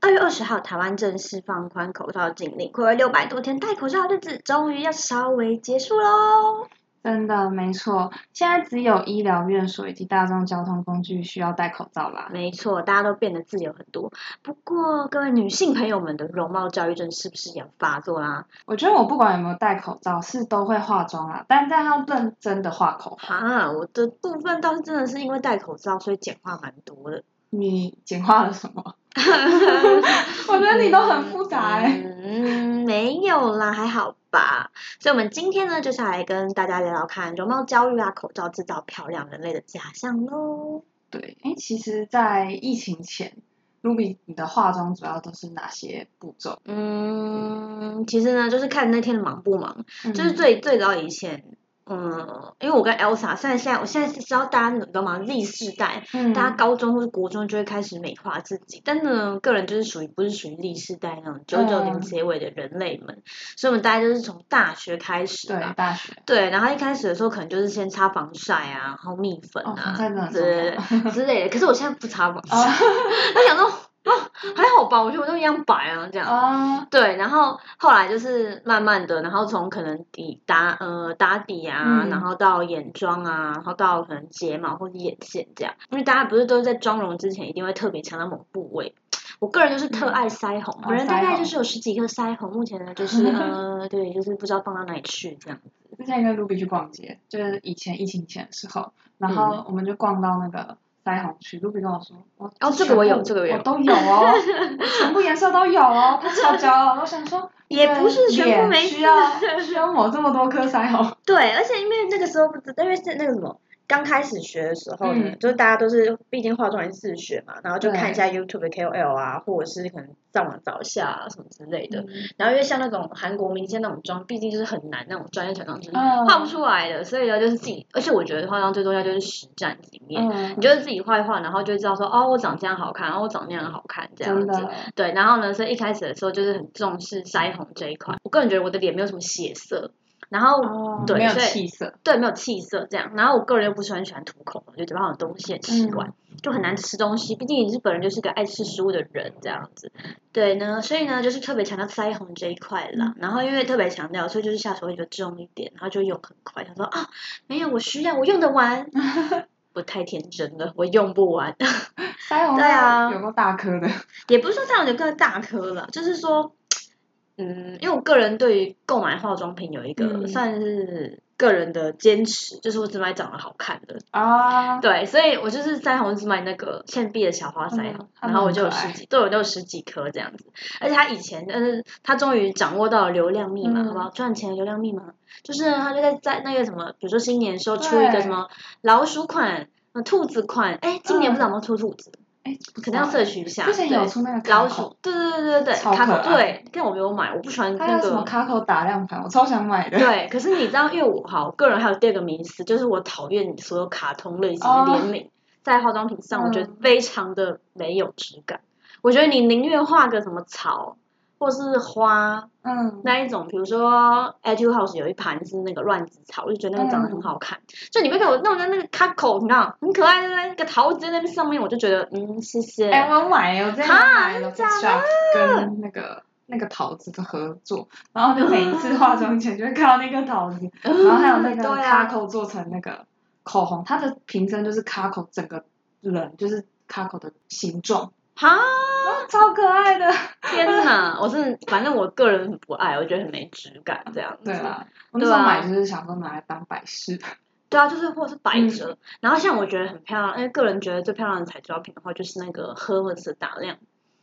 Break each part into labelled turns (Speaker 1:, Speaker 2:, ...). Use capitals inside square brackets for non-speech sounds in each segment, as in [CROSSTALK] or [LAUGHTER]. Speaker 1: 二月二十号，台湾正式放宽口罩禁令，过了六百多天戴口罩的日子，终于要稍微结束喽。
Speaker 2: 真的没错，现在只有医疗院所以及大众交通工具需要戴口罩啦。
Speaker 1: 没错，大家都变得自由很多。不过，各位女性朋友们的容貌焦虑症是不是也发作啦？
Speaker 2: 我觉得我不管有没有戴口罩，是都会化妆啦，但但要认真的化口红。
Speaker 1: 哈，我的部分倒是真的是因为戴口罩，所以简化蛮多的。
Speaker 2: 你简化了什么？ [LAUGHS] 我觉得你都很复杂哎、
Speaker 1: 嗯，没有啦，还好吧。所以，我们今天呢，就是要来跟大家聊聊看容貌焦虑啊，口罩制造漂亮人类的假象喽。
Speaker 2: 对，哎，其实，在疫情前，Ruby 你的化妆主要都是哪些步骤？
Speaker 1: 嗯，其实呢，就是看那天的忙不忙。就是
Speaker 2: 嗯
Speaker 1: 最最早以前，嗯，因为我跟 Elsa，虽然现在我现在是知道大家你们懂吗？Z 世代，
Speaker 2: 嗯
Speaker 1: 大家高中或者国中就会开始美化自己，但呢，个人就是属于不是属于 Z 世代那种九九零
Speaker 2: 嗯
Speaker 1: 结尾的人类们，所以我们大家就是从大学开始
Speaker 2: 对
Speaker 1: 吧。
Speaker 2: 大学
Speaker 1: 嗯对，然后一开始的时候可能就是先擦防晒啊，然后蜜粉
Speaker 2: 哦防
Speaker 1: 啊，
Speaker 2: 晒真的很
Speaker 1: 之类的之类的。可是我现在不擦防
Speaker 2: 啊
Speaker 1: 晒， [LAUGHS] 我想说，哦，还好吧，我觉得我都一样白啊，这样。
Speaker 2: 啊，
Speaker 1: 对，然后后来就是慢慢的，然后从可能底打呃打底啊，
Speaker 2: 嗯
Speaker 1: 然后到眼妆啊，然后到可能睫毛或者眼线这样，因为大家不是都在妆容之前一定会特别强调某部位。我个人就是特
Speaker 2: 嗯
Speaker 1: 爱腮红，
Speaker 2: 哦
Speaker 1: 本人大
Speaker 2: 腮
Speaker 1: 概
Speaker 2: 红
Speaker 1: 就是有十几颗腮红，目前呢就是
Speaker 2: [LAUGHS]
Speaker 1: 呃对，就是不知道放到哪里去这样。
Speaker 2: 之前跟 Ruby 去逛街，就是以前疫情前的时候，然后我们就逛到那个腮红区，Ruby 跟我说，我
Speaker 1: 嗯哦这
Speaker 2: 全
Speaker 1: 个我有
Speaker 2: 部
Speaker 1: 这个我有
Speaker 2: 我都有
Speaker 1: [LAUGHS]
Speaker 2: 哦，我全部颜色都有哦，他超骄傲，我想说。
Speaker 1: 也不是全部
Speaker 2: 脸
Speaker 1: 没
Speaker 2: 需要需要抹这么多颗腮红，
Speaker 1: 对，而且因为那个时候不知，因为是那个什么，刚开始学的时候呢，
Speaker 2: 嗯
Speaker 1: 就是大家都是，毕竟化妆也是自学嘛，然后就
Speaker 2: 对
Speaker 1: 看一下 YouTube 的 KOL 啊，或者是可能上网找一下啊什么之类
Speaker 2: 嗯
Speaker 1: 的。然后因为像那种韩国明星那种妆，毕竟就是很难，那种专业化妆就是
Speaker 2: 嗯
Speaker 1: 画不出来的，所以呢就是自己，而且我觉得化妆最重要就是实战经验。
Speaker 2: 嗯
Speaker 1: 你，就是自己画一画，然后就会知道说，哦，我长这样好看，哦，我长那样好看，这样
Speaker 2: 真
Speaker 1: 子。
Speaker 2: 的，
Speaker 1: 对，然后呢，所以一开始的时候就是很重视腮红这一块。我个人觉得我的脸没有什么血色，然后
Speaker 2: 哦
Speaker 1: 对
Speaker 2: 没有
Speaker 1: 所以
Speaker 2: 气色，
Speaker 1: 对，没有气色这样。然后我个人又不是很喜欢涂口红，就嘴巴上有东西很奇怪，就很难吃东西。毕竟你是本人就是个爱吃食物的人这样子。对呢，所以呢就是特别强调腮红这一块啦。然后因为特别强调，所以就是下手会比较重一点，然后就用很快。他说啊，没有，我需要，我用得完。我太天真了，我用不完。
Speaker 2: 腮红
Speaker 1: 对啊
Speaker 2: 有个大颗的，
Speaker 1: 也不是说这样的更大颗了，就是说，嗯，因为我个人对于购买化妆品有一个、
Speaker 2: 嗯
Speaker 1: 算是个人的坚持，就是我只买长得好看的。
Speaker 2: 啊，
Speaker 1: 对，所以我就是腮红只买那个倩碧的小花腮红
Speaker 2: 嗯，它
Speaker 1: 然后我
Speaker 2: 很
Speaker 1: 就有
Speaker 2: 可
Speaker 1: 十
Speaker 2: 爱
Speaker 1: 几，对我都有十几颗这样子。而且他以前，但是他终于掌握到了流量密码，
Speaker 2: 嗯
Speaker 1: 好不好？赚钱的流量密码就是呢他就在在那个什么，比如说新年的时候出一个
Speaker 2: 对
Speaker 1: 什么老鼠款、呃兔子款，哎，今年不知道有没有出兔子，
Speaker 2: 哎，
Speaker 1: 可能要摄取一下。
Speaker 2: 之前有
Speaker 1: 对
Speaker 2: 出那个卡
Speaker 1: 老
Speaker 2: 口，
Speaker 1: 鼠，对对对对对，
Speaker 2: 超
Speaker 1: 卡
Speaker 2: 可
Speaker 1: 口
Speaker 2: 爱
Speaker 1: 对，但我没有买，我不喜欢
Speaker 2: 它
Speaker 1: 那
Speaker 2: 有什么
Speaker 1: 个。
Speaker 2: 卡口打亮盘，我超想买的。
Speaker 1: 对，可是你知道，因为我好，我个人还有第二个迷思，就是我讨厌所有卡通类型的
Speaker 2: 哦
Speaker 1: 联名，在化妆品上，我觉得
Speaker 2: 嗯
Speaker 1: 非常的没有质感。我觉得你宁愿画个什么草或是花
Speaker 2: 嗯，
Speaker 1: 那一种，比如说 Etude House 有一盘是那个乱子草，我就觉得那个长
Speaker 2: 嗯
Speaker 1: 得很好看，就你们给我弄的那个卡口，你知道很可爱，对不对？那个桃子在那边上面，我就觉得嗯，谢谢。
Speaker 2: 哎、我有买，我之前有
Speaker 1: 啊
Speaker 2: 买了
Speaker 1: 真的
Speaker 2: Shop 跟那个那个桃子的合作，然后就每一次化妆前就会看到那个
Speaker 1: [LAUGHS]
Speaker 2: 桃子，然后还有那个
Speaker 1: 嗯对
Speaker 2: 卡
Speaker 1: 啊
Speaker 2: 口做成那个口红，它的瓶身就是卡口整个人就是卡口的
Speaker 1: [LAUGHS]
Speaker 2: 形状，
Speaker 1: 哈，
Speaker 2: 超可爱的。
Speaker 1: 天哪！我真的，反正我个人很不爱，我觉得很没质感这样子。
Speaker 2: [LAUGHS] 对啦，我那时
Speaker 1: 对
Speaker 2: 候
Speaker 1: 啊
Speaker 2: 买就是想说拿来当摆饰。
Speaker 1: 对啊，就是或者是摆着。
Speaker 2: 嗯
Speaker 1: 然后像我觉得很漂亮，因为个人觉得最漂亮的彩妆品的话，就是那个 Hermes 的打亮，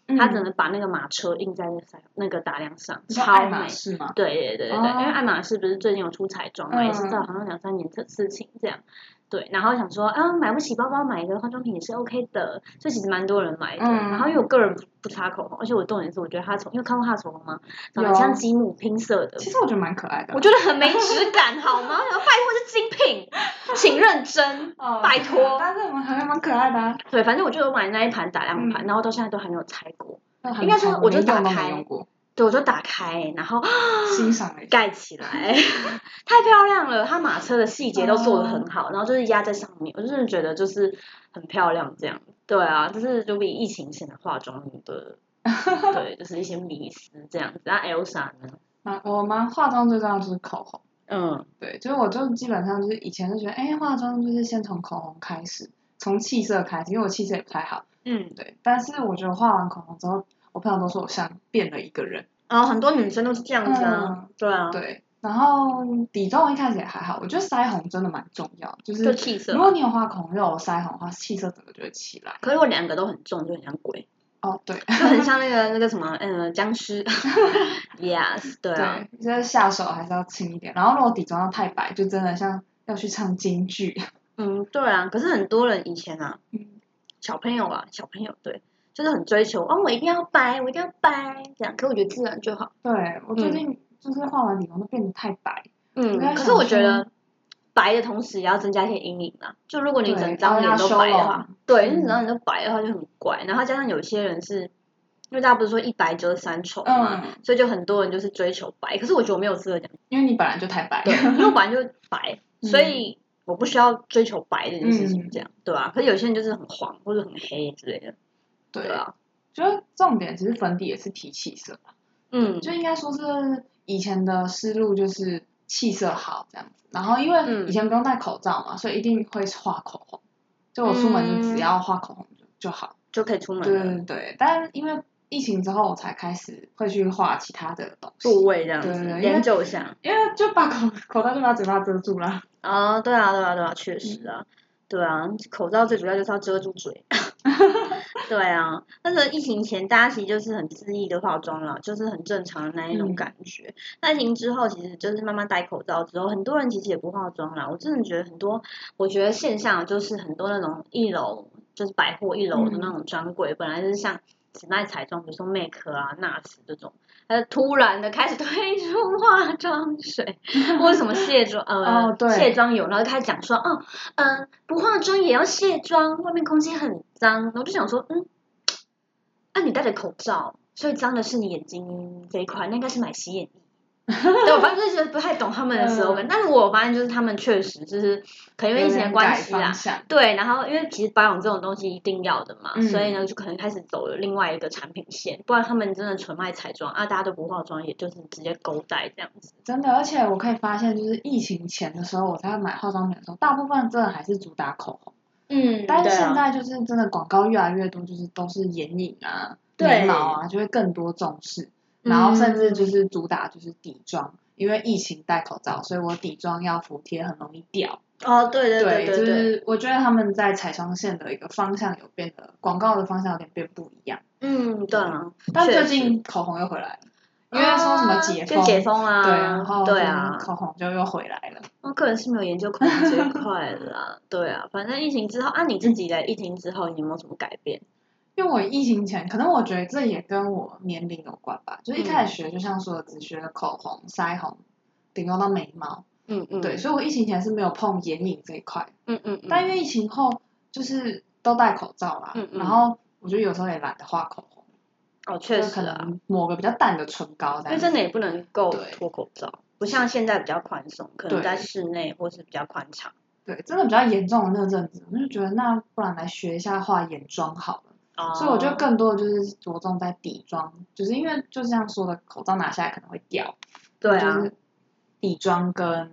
Speaker 1: 它只
Speaker 2: 嗯
Speaker 1: 能把那个马车印在那个彩那个打亮上，
Speaker 2: 你说爱
Speaker 1: 超
Speaker 2: 马
Speaker 1: 美。
Speaker 2: 仕吗？
Speaker 1: 对对对对对，
Speaker 2: 哦
Speaker 1: 因为爱马仕不是最近有出彩妆嘛，也是
Speaker 2: 嗯
Speaker 1: 在好像两三年的事情这样。对，然后想说，啊，买不起包包，买一个化妆品也是 OK 的，所以其实蛮多人买的。
Speaker 2: 嗯
Speaker 1: 然后因为我个人不不擦口红，而且我重点是我觉得他从，因为看过他的口红吗？长得
Speaker 2: 有啊
Speaker 1: 像积木拼色
Speaker 2: [LAUGHS]
Speaker 1: 的，
Speaker 2: 其实我觉得蛮可爱的。
Speaker 1: 我觉得很没质感，好 [LAUGHS] 吗？然后拜托是精品，请认真。
Speaker 2: 哦
Speaker 1: 拜托
Speaker 2: 但是我们还蛮可爱的啊。
Speaker 1: [LAUGHS] 对，反正我就买那一盘打两盘，
Speaker 2: 嗯
Speaker 1: 然后到现在都还没有拆过。
Speaker 2: 应
Speaker 1: 应该说我就打
Speaker 2: 用都
Speaker 1: 开
Speaker 2: 没用过，
Speaker 1: 对，我就打开，然后
Speaker 2: 欣赏了一下。
Speaker 1: 盖起来， [LAUGHS] 太漂亮了！它马车的细节都做的很好，然后就是压在上面，我就是觉得就是很漂亮这样。对啊，就是就比疫情前的化妆女的， [LAUGHS] 对，就是一些迷思这样子。那 Elsa 呢？
Speaker 2: 那我们化妆最重要就是口红，
Speaker 1: 嗯，
Speaker 2: 对，就是我就基本上就是以前就觉得，哎，化妆就是先从口红开始，从气色开始，因为我气色也不太好，
Speaker 1: 嗯，
Speaker 2: 对。但是我觉得画完口红之后，我朋友都说我像变了一个人，
Speaker 1: 然后很多女生都是这样子啊，
Speaker 2: 嗯
Speaker 1: 对啊，
Speaker 2: 对。然后底妆一开始也还好，我觉得腮红真的蛮重要，就
Speaker 1: 就是气色
Speaker 2: 如。果你有画口红又有腮红的话，气色整个就会起来。
Speaker 1: 可是我两个都很重，就很像鬼，
Speaker 2: 哦，对，
Speaker 1: 就很像那个那个什么，呃，僵尸。yes，对啊，
Speaker 2: 对，就是下手还是要轻一点。然后如果底妆要太白，就真的像要去唱京剧。 [LAUGHS]
Speaker 1: 嗯，对啊。可是很多人以前啊，
Speaker 2: 嗯，
Speaker 1: 小朋友啊，小朋友对，就是很追求哦，我一定要白，我一定要白这样。可我觉得自然就好。
Speaker 2: 对我最近就是画完底妆都变得太白，
Speaker 1: 嗯
Speaker 2: 我刚才
Speaker 1: 可是
Speaker 2: 想
Speaker 1: 我觉
Speaker 2: 说
Speaker 1: 得白的同时也要增加一些阴影啊。就如果你
Speaker 2: 对哦
Speaker 1: 整张
Speaker 2: 要
Speaker 1: 脸
Speaker 2: 让
Speaker 1: 都
Speaker 2: 它
Speaker 1: 白的
Speaker 2: 收
Speaker 1: 话
Speaker 2: 拢，
Speaker 1: 对，你
Speaker 2: 嗯
Speaker 1: 整张脸都白的话就很怪。然后加上有些人是，因为大家不是说一白遮三丑嘛，
Speaker 2: 嗯，
Speaker 1: 所以就很多人就是追求白。可是我觉得我没有资格讲
Speaker 2: 因为你本来就太白。
Speaker 1: 对，因为我本来就白，所
Speaker 2: 嗯
Speaker 1: 以我不需要追求白这件事情，
Speaker 2: 嗯
Speaker 1: 这样、对吧、可是有些人就是很黄或者很黑之类的，对
Speaker 2: 对，
Speaker 1: 啊，
Speaker 2: 觉得重点其实粉底也是提气色吧，
Speaker 1: 嗯，
Speaker 2: 就应该说是以前的思路就是气色好这样子。然后因为
Speaker 1: 嗯
Speaker 2: 以前不用戴口罩嘛，所以一定会画口红。就我出门，
Speaker 1: 嗯
Speaker 2: 你只要画口红就就好。
Speaker 1: 就可以出门
Speaker 2: 对
Speaker 1: 了
Speaker 2: 对对，但因为疫情之后，我才开始会去画其他的东西。
Speaker 1: 部位这样
Speaker 2: 对
Speaker 1: 子
Speaker 2: 对因为
Speaker 1: 研究一下。
Speaker 2: 因为就把口口罩就把嘴巴遮住了。
Speaker 1: 哦，对啊，对啊，对啊，确实啊，对啊，口罩最主要就是要遮住嘴。 [LAUGHS] 对啊，但是疫情前大家其实就是很恣意的化妆了，就是很正常的那一种
Speaker 2: 嗯
Speaker 1: 感觉。那疫情之后，其实就是慢慢戴口罩之后，很多人其实也不化妆了。我真的觉得很多，我觉得现象就是很多那种一楼就是百货一楼的那种专柜，本来就是像只卖彩妆，比如说 MAC 啊、NARS 这种，它就突然的开始推出化妆水。或者什么卸妆，呃，
Speaker 2: 哦对
Speaker 1: 卸妆油，然后就开始讲说，哦，嗯、不化妆也要卸妆，外面空气很脏。然后就想说，嗯，啊，你戴着口罩，所以脏的是你眼睛这一块，那应该是买洗
Speaker 2: [LAUGHS]
Speaker 1: 眼液。对，我反正就是不太懂他们的
Speaker 2: 嗯
Speaker 1: slogan，、但是我发现就是他们确实就是可能因为疫情的关系啊
Speaker 2: 有点
Speaker 1: 啦
Speaker 2: 改方，向
Speaker 1: 对，然后因为其实保养这种东西一定要的嘛，
Speaker 2: 嗯
Speaker 1: 所以呢就可能开始走了另外一个产品线，不然他们真的纯卖彩妆啊，大家都不化妆，也就是直接勾带这样子。
Speaker 2: 真的，而且我可以发现，就是疫情前的时候，我在买化妆品的时候，大部分真的还是主打口红，
Speaker 1: 嗯
Speaker 2: 但是
Speaker 1: 对啊
Speaker 2: 现在就是真的广告越来越多，就是都是眼影啊、
Speaker 1: 对嗯
Speaker 2: 眉毛啊，就会更多重视，然后甚至就是主打就是底妆。因为疫情戴口罩，所以我底妆要服帖，很容易掉。
Speaker 1: 哦，对对对
Speaker 2: 就
Speaker 1: 对，
Speaker 2: 是我觉得他们在彩妆线的一个方向有变得，广告的方向有点变不一样。
Speaker 1: 嗯，对啊，
Speaker 2: 但
Speaker 1: 确
Speaker 2: 最
Speaker 1: 实
Speaker 2: 近口红又回来了，因为说什么解封，
Speaker 1: 就啊解封啊，
Speaker 2: 对，然后
Speaker 1: 对
Speaker 2: 就是
Speaker 1: 啊，
Speaker 2: 口红就又回来了。
Speaker 1: 我个人是没有研究口红这一块的啦，对啊，反正疫情之后，啊，你自己的疫情之后，你有没有什么改变？
Speaker 2: 因为我疫情前，可能我觉得这也跟我年龄有关吧，就是
Speaker 1: 嗯
Speaker 2: 一开始学，就像说只学了口红、腮红，顶多到眉毛，
Speaker 1: 嗯嗯，
Speaker 2: 对，所以我疫情前是没有碰眼影这一块，
Speaker 1: 嗯嗯，
Speaker 2: 但因为疫情后就是都戴口罩啦，
Speaker 1: 嗯嗯
Speaker 2: 然后我觉得有时候也懒得画口红，
Speaker 1: 哦，确
Speaker 2: 就
Speaker 1: 实
Speaker 2: 可
Speaker 1: 啊，
Speaker 2: 能抹个比较淡的唇膏这
Speaker 1: 因
Speaker 2: 样
Speaker 1: 为
Speaker 2: 子，
Speaker 1: 真的也不能够
Speaker 2: 对
Speaker 1: 脱口罩，不像现在比较宽松，可能
Speaker 2: 对
Speaker 1: 在室内或是比较宽敞。
Speaker 2: 对，真的比较严重的那阵子，我就觉得那不然来学一下画眼妆好了。
Speaker 1: 哦，
Speaker 2: 所以我觉得更多的就是着重在底妆，就是因为就像说的，口罩拿下来可能会掉，
Speaker 1: 对
Speaker 2: 就
Speaker 1: 啊，
Speaker 2: 是底妆跟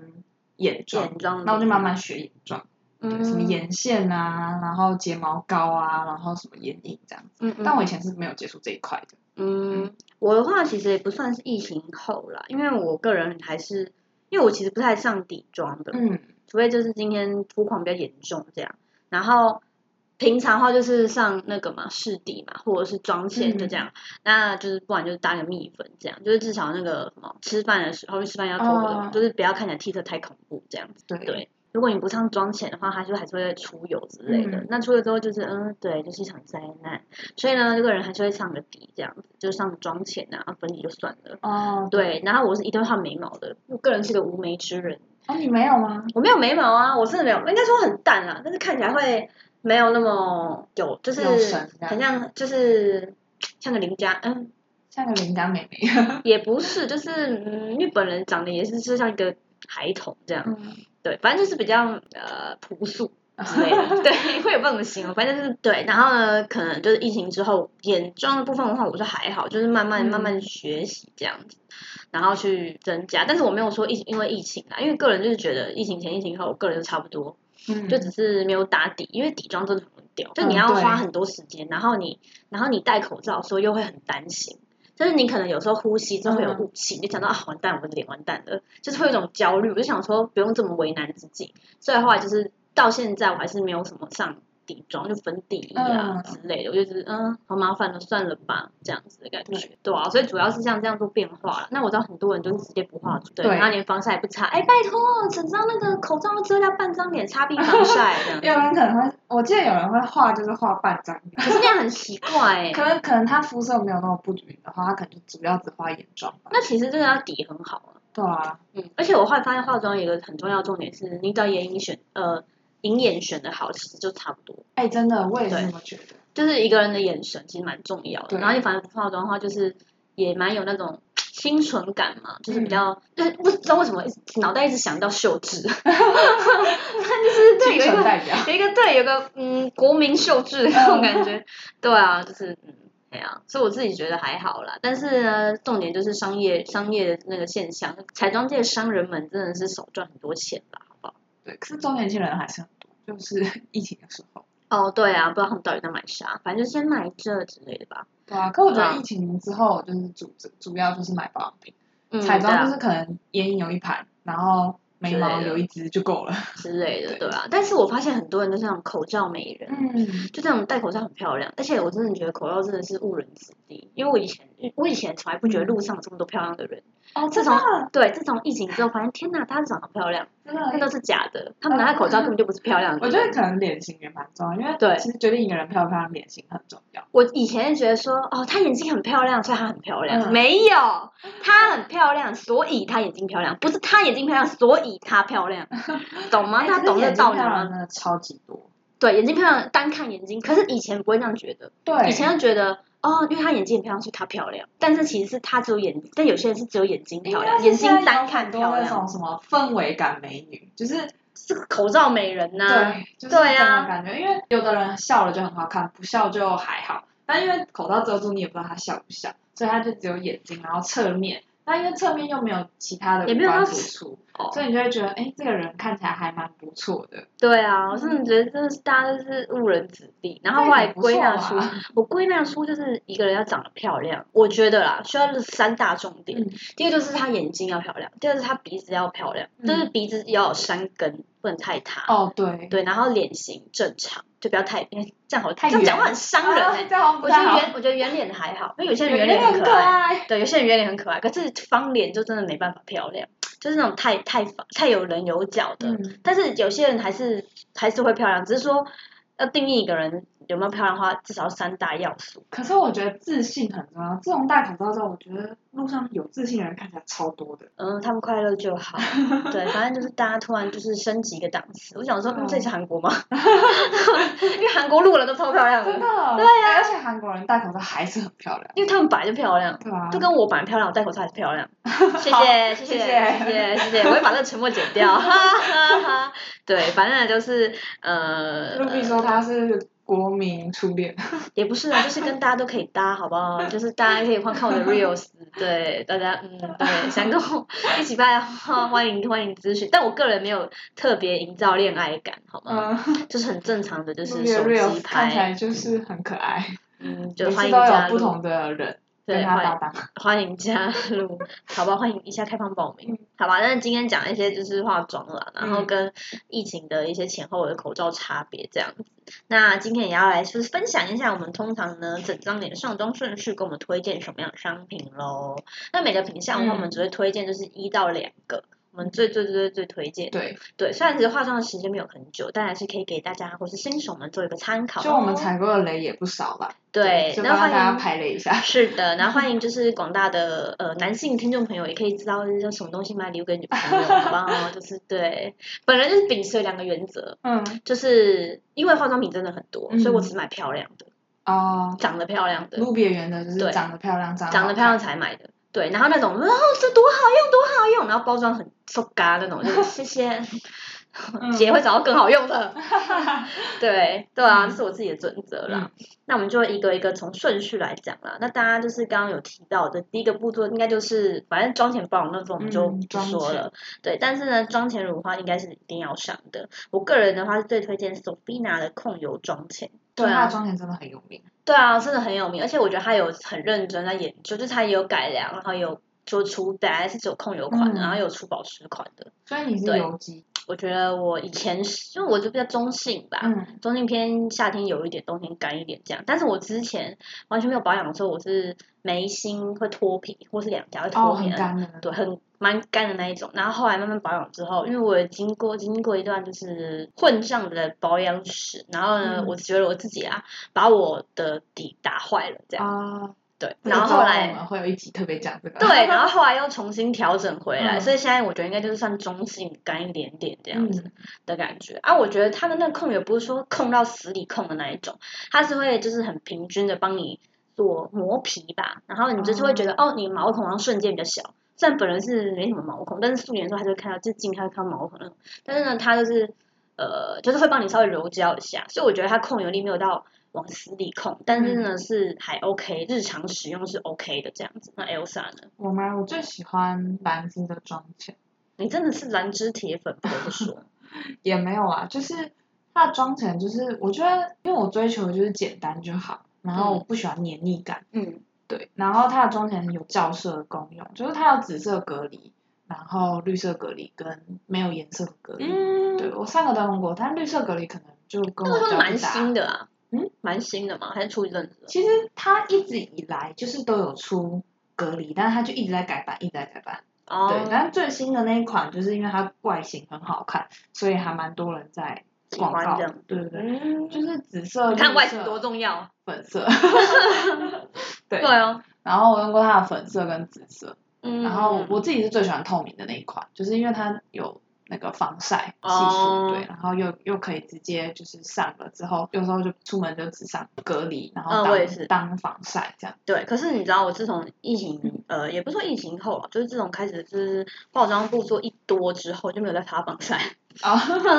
Speaker 2: 眼妆，
Speaker 1: 眼妆的
Speaker 2: 那我就
Speaker 1: 部
Speaker 2: 慢
Speaker 1: 分
Speaker 2: 慢学眼妆，对，
Speaker 1: 嗯，
Speaker 2: 什么眼线啊，然后睫毛膏啊，然后什么眼影这样子。
Speaker 1: 嗯，嗯
Speaker 2: 但我以前是没有接触这一块的，
Speaker 1: 嗯，我的话其实也不算是疫情后啦，因为我个人还是，因为我其实不太上底妆的，
Speaker 2: 嗯，
Speaker 1: 除非就是今天肤况比较严重这样，然后平常的话就是上那个嘛试底嘛，或者是妆前
Speaker 2: 嗯
Speaker 1: 就这样，那就是不然就是搭个蜜粉这样，就是至少那个什么吃饭的时候，因为吃饭要脱口罩，
Speaker 2: 哦
Speaker 1: 就是不要看起来 T 色太恐怖这样子。
Speaker 2: 对，
Speaker 1: 对，如果你不上妆前的话，它就还是会出油之类的。
Speaker 2: 嗯
Speaker 1: 那出了之后就是，嗯，对，就是一场灾难。所以呢，这个人还是会上个底这样子，就是上妆前啊，粉底就算了。
Speaker 2: 哦，
Speaker 1: 对，然后我是一定会画眉毛的，我个人是个无眉之人。
Speaker 2: 哦，你没有吗？
Speaker 1: 我没有眉毛啊，我真的没有，应该说很淡啊，但是看起来会没有那么有，就是
Speaker 2: 有神这样
Speaker 1: 很像就是像个邻家，嗯，
Speaker 2: 像个邻家妹妹。
Speaker 1: 也不是，就是嗯，因为本人长得也是就像一个孩童这样，
Speaker 2: 嗯，
Speaker 1: 对，反正就是比较呃朴
Speaker 2: [LAUGHS]
Speaker 1: 素之类的，对，会有不同的形容，反正就是对。然后呢，可能就是疫情之后，眼妆的部分的话，我就还好，就是慢慢
Speaker 2: 嗯
Speaker 1: 慢慢学习这样子，然后去增加。但是我没有说疫因为疫情啊，因为个人就是觉得疫情前、疫情后，我个人就差不多，
Speaker 2: 嗯
Speaker 1: 就只是没有打底，因为底妆真的很屌，就你
Speaker 2: 嗯
Speaker 1: 要
Speaker 2: 对
Speaker 1: 花很多时间，然后你然后你戴口罩的时候又会很担心。就是你可能有时候呼吸就会有
Speaker 2: 嗯
Speaker 1: 雾气，你就想到啊完蛋，我的脸完蛋了，就是会有一种焦虑。我就想说不用这么为难自己，所以后来就是到现在我还是没有什么上底妆，就粉底液啊
Speaker 2: 嗯
Speaker 1: 之类的，我就觉得嗯好麻烦了，算了吧这样子的感觉。
Speaker 2: 对
Speaker 1: 对啊，所以主要是像这样做变化了。那我知道很多人就是直接不化妆，对，
Speaker 2: 对
Speaker 1: 然后连防晒也不擦，哎拜托，整张那个口罩都遮掉半张脸，擦避防晒这样
Speaker 2: 有
Speaker 1: 子，
Speaker 2: 人可能会，我记得有人会画，就是画半张脸。
Speaker 1: [LAUGHS] 可是那样很奇怪哎、
Speaker 2: 可能可能他肤色没有那么不均匀的话，他可能就主要只画眼妆吧。
Speaker 1: 那其实真的要底很好啊。
Speaker 2: 对啊，
Speaker 1: 嗯，而且我后来发现化妆有一个很重要的重点是，你只要眼影选呃眼眼选的好，其实就差不多。
Speaker 2: 哎、真的，我也是这么觉得。
Speaker 1: 就是一个人的眼神其实蛮重要的。
Speaker 2: 对
Speaker 1: 然后你反正不化妆的话，就是也蛮有那种清纯感嘛，就是比较，就是不知道为什么一直脑袋一直想到秀智， [LAUGHS] 他就是对有
Speaker 2: 清
Speaker 1: 一
Speaker 2: 纯
Speaker 1: 个
Speaker 2: 代表。
Speaker 1: 有一个对有个嗯国民秀智的那种感觉，对啊，就是嗯。哎呀、所以我自己觉得还好啦，但是呢，重点就是商业商业的那个现象，彩妆界的商人们真的是少赚很多钱啦，好不好？
Speaker 2: 对，可是中年轻人还是很多，就是 [LAUGHS] 疫情的时候。
Speaker 1: 哦，对啊，不知道他们到底在买啥，反正就先买这之类的吧。
Speaker 2: 对啊，可我觉
Speaker 1: 对啊
Speaker 2: 得疫情之后，就是主主要就是买保养品，
Speaker 1: 嗯，
Speaker 2: 彩
Speaker 1: 对啊
Speaker 2: 妆就是可能眼影有一盘，然后眉毛
Speaker 1: 之类的
Speaker 2: 有一支就够了。
Speaker 1: 之类的，对
Speaker 2: 对
Speaker 1: 啊。但是我发现很多人都是那种口罩美人，
Speaker 2: [LAUGHS] 嗯，
Speaker 1: 就这种戴口罩很漂亮。而且我真的觉得口罩真的是误人子弟，因为我以前我以前从来不觉得路上有这么多漂亮的人。
Speaker 2: 哦，
Speaker 1: 自
Speaker 2: 这
Speaker 1: 从
Speaker 2: 种
Speaker 1: 对自从疫情之后，发现天哪，大家长得好漂亮，
Speaker 2: 真
Speaker 1: 那
Speaker 2: 的，
Speaker 1: 都是假的。他们拿的口罩根本就不是漂亮的
Speaker 2: 嗯我
Speaker 1: 人。
Speaker 2: 觉得可能脸型也蛮重要，因为
Speaker 1: 对
Speaker 2: 其实决定一个人漂不漂亮，脸型很重要。
Speaker 1: 我以前觉得说，哦，她眼睛很漂亮，所以她很漂亮。
Speaker 2: 嗯
Speaker 1: 没有，她很漂亮，所以她眼睛漂亮，不是她眼睛漂亮，所以她漂
Speaker 2: [LAUGHS]
Speaker 1: 亮，懂吗？
Speaker 2: 哎
Speaker 1: 大
Speaker 2: 可
Speaker 1: 家懂
Speaker 2: 是
Speaker 1: 这个
Speaker 2: 眼睛
Speaker 1: 道理
Speaker 2: 漂
Speaker 1: 吗？
Speaker 2: 亮真的超级多。
Speaker 1: 对，眼睛漂亮，单看眼睛。可是以前不会这样觉得。
Speaker 2: 对，
Speaker 1: 以前就觉得哦，因为她眼睛很漂亮，所以她漂亮。但是其实是她只有眼，但有些人是只有眼
Speaker 2: 哎
Speaker 1: 睛漂亮，眼睛单看
Speaker 2: 多
Speaker 1: 漂
Speaker 2: 那
Speaker 1: 亮，
Speaker 2: 种什么氛围感美女，就是
Speaker 1: 是口罩美人呐、
Speaker 2: 对，就是
Speaker 1: 对啊
Speaker 2: 这种感觉。因为有的人笑了就很好看，不笑就还好。但因为口罩遮住，你也不知道他笑不笑，所以他就只有眼睛，然后侧面。那因为侧面又没有其他的
Speaker 1: 也
Speaker 2: 五
Speaker 1: 没有
Speaker 2: 官
Speaker 1: 到
Speaker 2: 突出，
Speaker 1: 哦，
Speaker 2: 所以你就会觉得，哎，这个人看起来还蛮不错的。
Speaker 1: 对啊，我真的觉得真的是大家都是误人子弟。然后后来
Speaker 2: 这嗯个也
Speaker 1: 归纳
Speaker 2: 不
Speaker 1: 出
Speaker 2: 错，啊
Speaker 1: 我归纳出就是一个人要长得漂亮，我觉得啦，需要三大重点。
Speaker 2: 嗯
Speaker 1: 第一个就是她眼睛要漂亮，第二个是她鼻子要漂亮，
Speaker 2: 嗯
Speaker 1: 就是鼻子要有山根，不能太塌。
Speaker 2: 哦，对，
Speaker 1: 对，然后脸型正常，就不要太，因为这样好
Speaker 2: 太
Speaker 1: 这样讲
Speaker 2: 圆
Speaker 1: 话很伤人哎、
Speaker 2: 啊这好像不
Speaker 1: 我觉
Speaker 2: 太
Speaker 1: 得
Speaker 2: 好。
Speaker 1: 圆，我觉得圆脸还好，因为有些人
Speaker 2: 圆
Speaker 1: 圆脸
Speaker 2: 脸啊
Speaker 1: 很
Speaker 2: 很
Speaker 1: 可
Speaker 2: 可
Speaker 1: 爱，
Speaker 2: 爱，
Speaker 1: 对，有些人圆脸很可爱，可是方脸就真的没办法漂亮，就是那种太太太有棱有角的。
Speaker 2: 嗯，
Speaker 1: 但是有些人还是还是会漂亮，只是说要定义一个人有没有漂亮的话，至少三大要素。
Speaker 2: 可是我觉得自信很重要。自从戴口罩之后，我觉得路上有自信的人看起来超多的。
Speaker 1: 嗯，他们快乐就 [LAUGHS] 好。对，反正就是大家突然就是升级一个档次。我想说，嗯，这里是韩国吗？ [LAUGHS] 因为韩国路人都超漂亮 [LAUGHS]
Speaker 2: 真
Speaker 1: 的，啊
Speaker 2: 的，对呀、而且韩国人戴口罩还是很漂亮，
Speaker 1: 因为他们本来就漂亮。
Speaker 2: 对啊，
Speaker 1: 就跟我本来漂亮，我戴口罩还是漂 [LAUGHS] 亮。谢
Speaker 2: 好
Speaker 1: 谢，谢谢，
Speaker 2: 谢
Speaker 1: 谢
Speaker 2: 谢
Speaker 1: 谢，谢谢，我会把这个沉默剪掉，哈 [LAUGHS] 哈哈。对，反正就是呃，
Speaker 2: Ruby 说他是国民初恋，
Speaker 1: 也不是啊，就是跟大家都可以搭，好不
Speaker 2: [LAUGHS]
Speaker 1: 好？就是大家可以换看我的 reels，对大家，嗯，对，想跟我一起拍的话，欢迎欢迎咨询。但我个人没有特别营造恋爱感，好吗？
Speaker 2: 嗯
Speaker 1: 就是很正常的，就是
Speaker 2: ，Ruby
Speaker 1: 手
Speaker 2: 的
Speaker 1: 机
Speaker 2: reels 看起
Speaker 1: 拍，
Speaker 2: 来就是很可爱，
Speaker 1: 嗯，就
Speaker 2: 每
Speaker 1: 欢
Speaker 2: 次
Speaker 1: 迎
Speaker 2: 都
Speaker 1: 加
Speaker 2: 有不
Speaker 1: 入，
Speaker 2: 同的人
Speaker 1: 对，
Speaker 2: 跟他
Speaker 1: 欢迎
Speaker 2: 搭档，
Speaker 1: 欢迎加入，好吧，欢迎一下开放报名，好吧。但是今天讲一些就是化妆啦，然后
Speaker 2: 嗯
Speaker 1: 跟疫情的一些前后的口罩差别这样子。那今天也要来就是分享一下我们通常呢整张脸的上妆顺序，给我们推荐什么样的商品喽。那每个品项的话，
Speaker 2: 嗯
Speaker 1: 我们只会推荐就是一到两个。我们最最最最最推荐。
Speaker 2: 对，
Speaker 1: 对，虽然其实化妆的时间没有很久，但还是可以给大家或是新手们做一个参考。
Speaker 2: 就我们采购的雷也不少吧，
Speaker 1: 对，
Speaker 2: 就
Speaker 1: 那
Speaker 2: 帮大家
Speaker 1: 欢迎。
Speaker 2: 排雷一下。
Speaker 1: 是的，然后欢迎就是广大的呃男性听众朋友，也可以知道就是什么东西买礼物给女朋友，好不好？就是对，本人就是秉持了两个原则，
Speaker 2: 嗯，
Speaker 1: 就是因为化妆品真的很多，所以我
Speaker 2: 嗯
Speaker 1: 只买漂亮的，
Speaker 2: 哦，
Speaker 1: 长得漂亮的，
Speaker 2: 路边原则就
Speaker 1: 对
Speaker 2: 是长得漂亮，长
Speaker 1: 长得
Speaker 2: 好
Speaker 1: 漂亮
Speaker 2: 看，
Speaker 1: 才买的。对，然后那种，哦，这多好用，多好用，然后包装很瘦嘎那种，就是谢谢，
Speaker 2: 嗯
Speaker 1: 姐会找到更好用
Speaker 2: [LAUGHS]
Speaker 1: 的。对，对啊，
Speaker 2: 嗯
Speaker 1: 这是我自己的准则啦。那我们就一个一个从顺序来讲啦。那大家就是刚刚有提到的第一个步骤，应该就是反正妆前保养那时候我们就
Speaker 2: 嗯
Speaker 1: 不
Speaker 2: 妆
Speaker 1: 说了。对，但是呢，妆前乳的话应该是一定要上的。我个人的话是最推荐 Sofina 的控油妆前。对
Speaker 2: 她
Speaker 1: 啊
Speaker 2: 的，妆前真的很有名。
Speaker 1: 对啊，真的很有名，而且我觉得他有很认真在研究，就是他也有改良，然后有就出本来是只有控油款的，
Speaker 2: 嗯
Speaker 1: 然后有出保湿款的。
Speaker 2: 所以你是
Speaker 1: 对
Speaker 2: 油肌，
Speaker 1: 我觉得我以前是因为我就比较中性吧，
Speaker 2: 嗯，
Speaker 1: 中性偏夏天有一点，冬天干一点这样。但是我之前完全没有保养的时候，我是眉心会脱皮，或是两颊会
Speaker 2: 哦，
Speaker 1: 脱皮
Speaker 2: 很
Speaker 1: 的
Speaker 2: 干的，
Speaker 1: 对，很蛮干的那一种。然后后来慢慢保养之后，因为我有经过经过一段就是混账的保养史，然后呢，
Speaker 2: 嗯
Speaker 1: 我觉得我自己啊，把我的底打坏了这样。
Speaker 2: 啊，
Speaker 1: 对，
Speaker 2: 这
Speaker 1: 然
Speaker 2: 个
Speaker 1: 后
Speaker 2: 之
Speaker 1: 后
Speaker 2: 我
Speaker 1: 来。
Speaker 2: 们会有一集特别讲 [LAUGHS] 这个，
Speaker 1: 对，然后后来又重新调整回来，
Speaker 2: 嗯
Speaker 1: 所以现在我觉得应该就是算中性干一点点这样子
Speaker 2: 嗯，
Speaker 1: 的感觉、啊。我觉得他的那个控也不是说控到死里控的那一种，它是会就是很平均的帮你做磨皮吧，然后你就是会觉得哦你毛孔好像瞬间比较小。虽然本人是没什么毛孔，但是素颜的时候还是会看到，就近看会看到毛孔那种。但是呢，它就是呃，就是会帮你稍微柔焦一下，所以我觉得它控油力没有到往死里控，但是
Speaker 2: 嗯
Speaker 1: 呢、是还 OK，日常使用是 OK 的这样子。那 Elsa 呢？
Speaker 2: 我吗？我最喜欢兰芝的妆前，
Speaker 1: 你真的是兰芝铁粉，不得不
Speaker 2: [LAUGHS]
Speaker 1: 说。
Speaker 2: 也没有啊，就是它的妆前，就是我觉得，因为我追求的就是简单就好，然后我不喜欢黏腻感，
Speaker 1: 嗯
Speaker 2: 对，然后它的妆前有校色的功用，就是它有紫色隔离，然后绿色隔离跟没有颜色的隔离，
Speaker 1: 嗯，
Speaker 2: 对我上个都用过，但绿色隔离可能就跟
Speaker 1: 那
Speaker 2: 我
Speaker 1: 个说
Speaker 2: 比较
Speaker 1: 蛮
Speaker 2: 不搭
Speaker 1: 新的啊，
Speaker 2: 嗯，
Speaker 1: 蛮新的嘛，还是出一阵子的。
Speaker 2: 其实它一直以来就是都有出隔离，但是它就一直在改版，一直在改版。
Speaker 1: 哦，
Speaker 2: 对，但是最新的那一款，就是因为它外形很好看，所以还蛮多人在
Speaker 1: 喜
Speaker 2: 广
Speaker 1: 欢
Speaker 2: 告
Speaker 1: 这样。
Speaker 2: 对对对，
Speaker 1: 嗯，
Speaker 2: 就是紫色、
Speaker 1: 你看
Speaker 2: 绿
Speaker 1: 外
Speaker 2: 色
Speaker 1: 形多重要。
Speaker 2: 粉色。 [LAUGHS] 对
Speaker 1: 对。哦，
Speaker 2: 然后我用过它的粉色跟紫色，
Speaker 1: 嗯，
Speaker 2: 然后我自己是最喜欢透明的那一款，就是因为它有。那个防晒系数、
Speaker 1: 哦
Speaker 2: 对，然后又又可以直接就是上了之后，有时候就出门就只上隔离，然
Speaker 1: 嗯
Speaker 2: 后当、
Speaker 1: 我也是
Speaker 2: 当防晒这样。
Speaker 1: 对，可是你知道，我自从疫情，呃，也不是说疫情后啊，就是自从开始就是化妆步骤一多之后，就没有再擦防
Speaker 2: [LAUGHS]
Speaker 1: 晒。
Speaker 2: 啊、
Speaker 1: 我想说，哦，还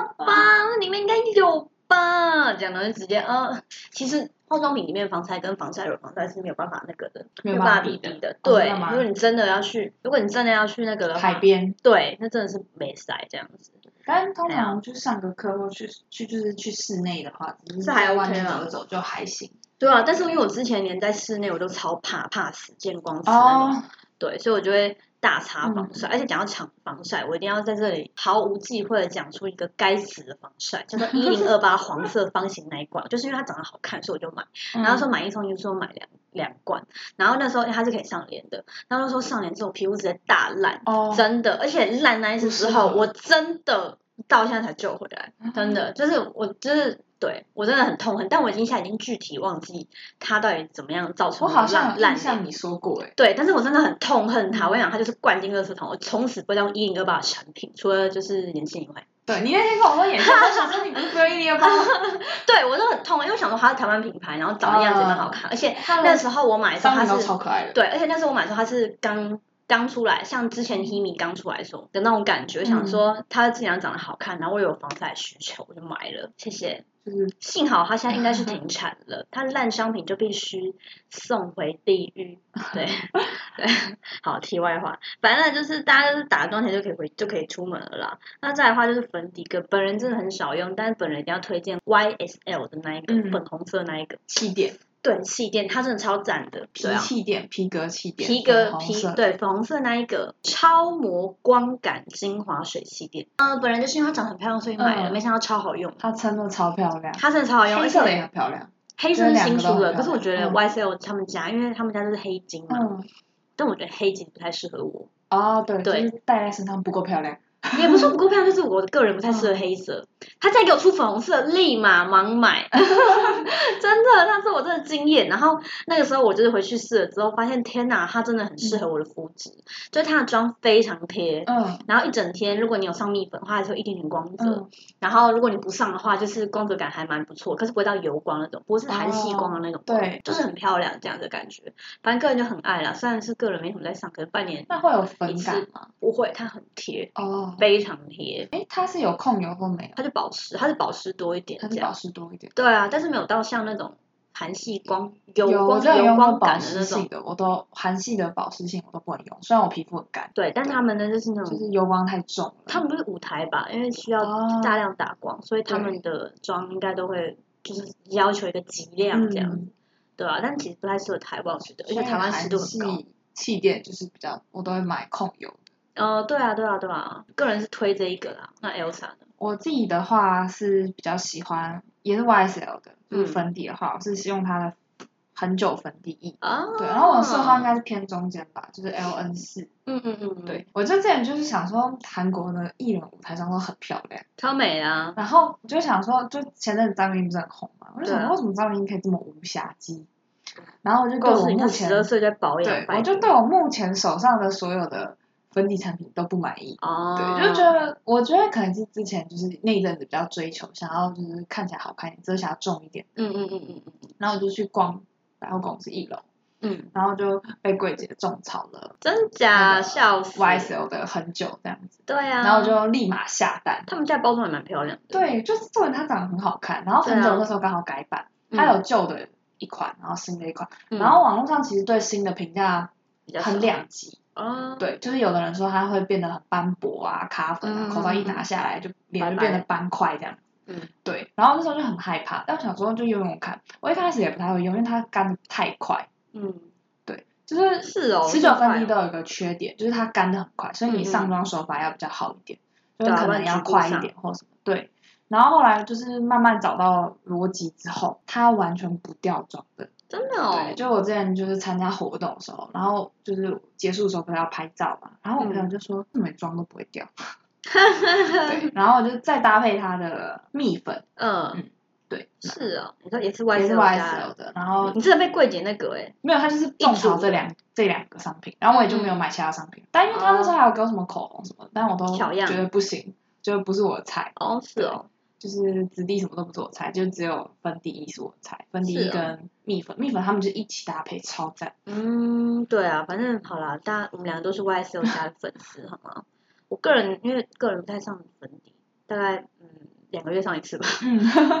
Speaker 1: 好吧，那里面应该有吧，这样然后就直接，呃，其实化妆品里面防晒跟防晒乳、防晒是没有办法那个的，
Speaker 2: 没有
Speaker 1: 办
Speaker 2: 办
Speaker 1: 法
Speaker 2: 法
Speaker 1: 比
Speaker 2: 比
Speaker 1: 比
Speaker 2: 的
Speaker 1: 的。
Speaker 2: 哦
Speaker 1: 对
Speaker 2: 真的，吗
Speaker 1: 如果你真的要去，如果你真的要去那个的
Speaker 2: 海
Speaker 1: 话，
Speaker 2: 边，
Speaker 1: 对，那真的是没晒这样子。
Speaker 2: 但通
Speaker 1: 啊
Speaker 2: 常就上个课或去去就是去室内的话，只是
Speaker 1: 这还
Speaker 2: 在外
Speaker 1: OK
Speaker 2: 面
Speaker 1: 啦
Speaker 2: 走一走就还行。
Speaker 1: 对啊，但是因为我之前连在室内我都超怕怕死见光死
Speaker 2: 哦
Speaker 1: 那种对，所以我就会大擦
Speaker 2: 嗯
Speaker 1: 防晒，而且讲到抢防晒，我一定要在这里毫无忌讳的讲出一个该死的防晒，叫做一零二八黄色方形那一罐，就是因为它长得好看，所以我就买。
Speaker 2: 嗯，
Speaker 1: 然后说买一送一，就说买两两罐。然后那时候因为它是可以上脸的，然后那时候上脸之后皮肤直接大烂，
Speaker 2: 哦，
Speaker 1: 真的，而且烂那一次之后，
Speaker 2: 不适合
Speaker 1: 我真的到现在才救回来，真
Speaker 2: 嗯
Speaker 1: 的，就是我就是。对我真的很痛恨，但我已经现在已经具体忘记它到底怎么样造成
Speaker 2: 我好
Speaker 1: 烂
Speaker 2: 像有
Speaker 1: 烂脸
Speaker 2: 印象你说过哎，
Speaker 1: 对，但是我真的很痛恨它。我跟你讲，它就是灌进垃圾桶，我从此不会再用一零二八的产品，除了就是眼线以外。
Speaker 2: 对你那天跟我说眼线，我想说你不是啊一零二八，
Speaker 1: [LAUGHS] 对我真的很痛恨，因为我想说它是台湾品牌，然后长得样子也蛮好
Speaker 2: 啊
Speaker 1: 看，而且那时候我买的时候它
Speaker 2: 商品都
Speaker 1: 是
Speaker 2: 超可爱的。
Speaker 1: 对，而且那时候我买的时候它是刚刚出来，像之前 Himi 刚出来的时候的那种感觉，
Speaker 2: 嗯
Speaker 1: 想说它既然长得好看，然后我有防晒需求，我就买了。谢谢。
Speaker 2: 就是
Speaker 1: 幸好它现在应该是停产了， [LAUGHS] 它烂商品就必须送回地 [LAUGHS] 狱。对对，好，题外话，反正就是大家就是打妆前就可以回就可以出门了啦。那再来的话就是粉底跟本人真的很少用，但是本人一定要推荐 YSL 的那一个、
Speaker 2: 嗯
Speaker 1: 粉红色那一个，
Speaker 2: 气垫，
Speaker 1: 对，气垫它真的超赞的，
Speaker 2: 皮
Speaker 1: 对啊。
Speaker 2: 气垫，皮革气垫，
Speaker 1: 皮革
Speaker 2: 粉红
Speaker 1: 皮
Speaker 2: 色，
Speaker 1: 对粉红色那一个超磨光感精华水气垫，呃，本人就是因为它长得很漂亮，所以买了，
Speaker 2: 嗯
Speaker 1: 没想到超好用，
Speaker 2: 它真的超漂亮，
Speaker 1: 它真的超好用，
Speaker 2: 黑
Speaker 1: 而
Speaker 2: 色的也
Speaker 1: 且
Speaker 2: 很漂亮。
Speaker 1: 黑色是新出
Speaker 2: 就是
Speaker 1: 的，
Speaker 2: 两
Speaker 1: 可
Speaker 2: 个都很漂亮
Speaker 1: 是我觉得
Speaker 2: 嗯
Speaker 1: YSL 他们家，因为他们家都是黑金嘛，
Speaker 2: 嗯， [LAUGHS]
Speaker 1: 但我觉得黑金不太适合我，
Speaker 2: 哦，对，
Speaker 1: 对
Speaker 2: 就是戴在身上不够漂亮。
Speaker 1: 也不是不够漂亮，就是我个人不太适
Speaker 2: 嗯
Speaker 1: 合黑色。他再给我出粉红色，立马盲
Speaker 2: [LAUGHS]
Speaker 1: 买，真的，那次我真的惊艳。然后那个时候我就是回去试了之后，发现天哪，它真的很适合我的肤质，就是它的妆非常贴。
Speaker 2: 嗯
Speaker 1: 然后一整天，如果你有上蜜粉的话，还是有一点点光泽。
Speaker 2: 嗯
Speaker 1: 然后如果你不上的话，就是光泽感还蛮不错，可是不会到油光那种，不是韩系光的那种光，
Speaker 2: 哦对
Speaker 1: 就是很漂亮这样的感觉。反正个人就很爱啦，虽然是个人没什么在上，可是半年
Speaker 2: 那会有
Speaker 1: 一
Speaker 2: 粉
Speaker 1: 次
Speaker 2: 感吗？
Speaker 1: 不会，它很贴，
Speaker 2: 哦，
Speaker 1: 非常贴。
Speaker 2: 哎，它是有控油或没有？
Speaker 1: 它就保湿，它是保湿多一点
Speaker 2: 它
Speaker 1: 这
Speaker 2: 是保
Speaker 1: 样。
Speaker 2: 湿多一点。
Speaker 1: 对啊，但是没有到像那种韩系光油
Speaker 2: 有，我
Speaker 1: 光
Speaker 2: 就有
Speaker 1: 油
Speaker 2: 用过
Speaker 1: 光
Speaker 2: 保
Speaker 1: 感的那
Speaker 2: 湿系
Speaker 1: 种。
Speaker 2: 的，我都韩系的保湿性我都不能用，虽然我皮肤很干，
Speaker 1: 对，但他们呢就是那
Speaker 2: 就
Speaker 1: 种，
Speaker 2: 是油光太重了。
Speaker 1: 他们不是舞台吧，因为需要
Speaker 2: 嗯哦
Speaker 1: 大量打光，所以他
Speaker 2: 对
Speaker 1: 们的妆应该都会就是要求一个极亮这样，
Speaker 2: 嗯
Speaker 1: 对啊，但其实不太适合台湾，我觉得，而
Speaker 2: 所
Speaker 1: 且
Speaker 2: 以
Speaker 1: 台湾湿度很
Speaker 2: 韩
Speaker 1: 高。
Speaker 2: 系气垫就是比较，我都会买控油的。
Speaker 1: 呃，对啊，对啊，对啊，个人是推这一个啦。那 Elsa 呢？
Speaker 2: 我自己的话是比较喜欢，也是 YSL 的，就是
Speaker 1: 嗯
Speaker 2: 粉底的话，我是用它的恒久粉底液。
Speaker 1: 啊，
Speaker 2: 对，然后我的色号应该是偏中间吧，就是 L N 四。
Speaker 1: 嗯嗯嗯，，
Speaker 2: 对，我就之前就是想说，韩国的艺人舞台上都很漂亮，
Speaker 1: 超美啊，
Speaker 2: 然后我就想说，就前阵子张凌不是很红嘛，我就想
Speaker 1: 对啊
Speaker 2: 说为什么张凌可以这么无瑕肌？然后我就对
Speaker 1: 告
Speaker 2: 我
Speaker 1: 诉你，
Speaker 2: 目
Speaker 1: 他十二
Speaker 2: 前，
Speaker 1: 岁就在保养
Speaker 2: 对，
Speaker 1: 拜
Speaker 2: 我
Speaker 1: 托，
Speaker 2: 就对我目前手上的所有的粉底产品都不满意。
Speaker 1: 哦，
Speaker 2: 对，就觉得我觉得可能是之前就是那一阵子比较追求，想要就是看起来好看一点，遮瑕重一点，
Speaker 1: 嗯嗯嗯嗯嗯
Speaker 2: 然后我就去逛百货公司一楼，
Speaker 1: 嗯，
Speaker 2: 然后就被柜姐种草了
Speaker 1: 真
Speaker 2: 那
Speaker 1: 假
Speaker 2: 个
Speaker 1: 笑死
Speaker 2: YSL 的很久这样子，
Speaker 1: 对嗯啊，
Speaker 2: 然后我就立马下单。
Speaker 1: 他们家包装也蛮漂亮的，
Speaker 2: 对，就是作文它长得很好看，然后很久
Speaker 1: 嗯对啊
Speaker 2: 那时候刚好改版，
Speaker 1: 嗯，
Speaker 2: 它有旧的一款，然后新的一款，
Speaker 1: 嗯，
Speaker 2: 然后网络上其实对新的评价
Speaker 1: 比较少
Speaker 2: 很两极，
Speaker 1: 哦，，
Speaker 2: 对，就是有的人说它会变得很斑驳啊、卡粉啊，
Speaker 1: 嗯
Speaker 2: 口罩一拿下来就脸就
Speaker 1: 白白
Speaker 2: 变得斑块这样。
Speaker 1: 嗯，
Speaker 2: 对，然后那时候就很害怕，但我想说就用用看。我一开始也不太会用，因为它干的太快，
Speaker 1: 嗯，
Speaker 2: 就是
Speaker 1: 是哦，
Speaker 2: 持久
Speaker 1: 这么
Speaker 2: 分
Speaker 1: 快
Speaker 2: 离
Speaker 1: 哦
Speaker 2: 都有一个缺点，就是它干的很快，所以
Speaker 1: 嗯
Speaker 2: 你
Speaker 1: 嗯
Speaker 2: 上妆手法要比较好一点，就
Speaker 1: 对
Speaker 2: 是
Speaker 1: 啊
Speaker 2: 可
Speaker 1: 不
Speaker 2: 能
Speaker 1: 然
Speaker 2: 要
Speaker 1: 局部
Speaker 2: 快一
Speaker 1: 上
Speaker 2: 点或什么。对，然后后来就是慢慢找到逻辑之后，它完全不掉妆的。
Speaker 1: 真的
Speaker 2: 对，
Speaker 1: 哦，
Speaker 2: 就我之前就是参加活动的时候，然后就是结束的时候不是要拍照嘛，然后我朋
Speaker 1: 嗯
Speaker 2: 友就说怎么你妆都不会
Speaker 1: [LAUGHS]
Speaker 2: 掉，对，然后我就再搭配它的蜜粉，
Speaker 1: 嗯，
Speaker 2: 对，
Speaker 1: 是哦，你说也是
Speaker 2: 也是
Speaker 1: YSL 家的，嗯
Speaker 2: YSL 的，然后
Speaker 1: 你真的被柜姐那个哎，
Speaker 2: 没有，它就是种草这两这两个商品，然后我也就没
Speaker 1: 嗯
Speaker 2: 有买其他商品，但因为他那时候还有给我什么口红什么的，但我都
Speaker 1: 小哦样
Speaker 2: 觉得不行，就不是我的菜，
Speaker 1: 哦是哦，
Speaker 2: 就是质地什么都不是我的菜，就只有粉底液是我的菜，粉底
Speaker 1: 是
Speaker 2: 液
Speaker 1: 哦
Speaker 2: 跟蜜粉，蜜粉他们就一起搭配，超赞。
Speaker 1: 嗯，对啊，反正好啦，大家我们两个都是 YSL 家的粉丝，好吗？我个人因为个人不太上粉底，大概嗯两个月上一次吧。
Speaker 2: 嗯，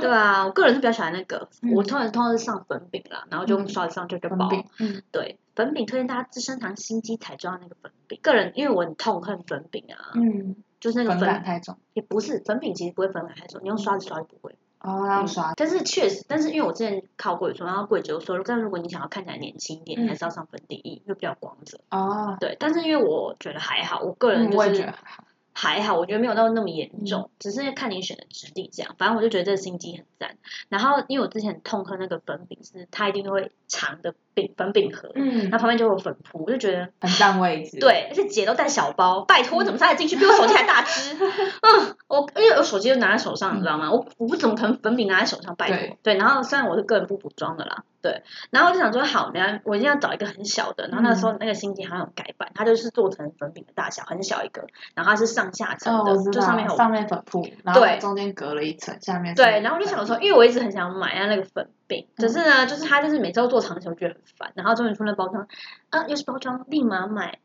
Speaker 1: [LAUGHS] 对啊，我个人是比较喜欢那个，
Speaker 2: 嗯
Speaker 1: 我通常通常是上粉饼啦，然后就用刷子上就就
Speaker 2: 粉
Speaker 1: 薄。
Speaker 2: 饼，嗯，
Speaker 1: 对，粉饼推荐大家资生堂新机彩妆那个粉饼，个人因为我很痛恨粉饼啊，
Speaker 2: 嗯，
Speaker 1: 就是那个
Speaker 2: 粉感
Speaker 1: 粉
Speaker 2: 太重，
Speaker 1: 也不是粉饼，其实不会粉感太重，你用刷子刷就不会。
Speaker 2: 哦，要刷，
Speaker 1: 但是确实，但是因为我之前考过有说，然后柜姐就说，但如果你想要看起来年轻一点，
Speaker 2: 嗯
Speaker 1: 你还是要上粉底液，因为比较有光泽。
Speaker 2: 哦，
Speaker 1: 对，但是因为我觉得还好，我个人
Speaker 2: 嗯，
Speaker 1: 就
Speaker 2: 我也
Speaker 1: 是
Speaker 2: 觉得还嗯好，
Speaker 1: 还好，我觉得没有到那么严重，只是看你选的质地这样。反正我就觉得这个心机很赞。然后因为我之前很痛恨那个粉饼是，它一定会长的饼粉饼盒，
Speaker 2: 嗯
Speaker 1: 然后旁边就有粉扑，我就觉得
Speaker 2: 很占位
Speaker 1: [LAUGHS]
Speaker 2: 置，，
Speaker 1: 对，而且姐都带小包，拜托我怎么塞得进去？比我手机还大只。 [LAUGHS] 嗯，我因为我手机就拿在手上，你知道吗？我我怎么可能粉饼拿在手上？拜托。
Speaker 2: 对
Speaker 1: 对，然后虽然我是个人不补妆的啦，对，然后我就想说好，那我一定要找一个很小的。然后那
Speaker 2: 嗯
Speaker 1: 时候那个心机好像有改版，它就是做成粉饼的大小，很小一个，然后它是上下层
Speaker 2: 哦，
Speaker 1: 的，
Speaker 2: 我知
Speaker 1: 就
Speaker 2: 道，
Speaker 1: 上
Speaker 2: 上
Speaker 1: 面有
Speaker 2: 面粉扑，然后
Speaker 1: 对
Speaker 2: 中间隔了一层，下面是
Speaker 1: 对，然后我就想说，因为我一直很想买啊那个粉饼，可是呢，就是他就是每周做长球觉得很烦，然后终于出那包装，啊，又是包装，立马买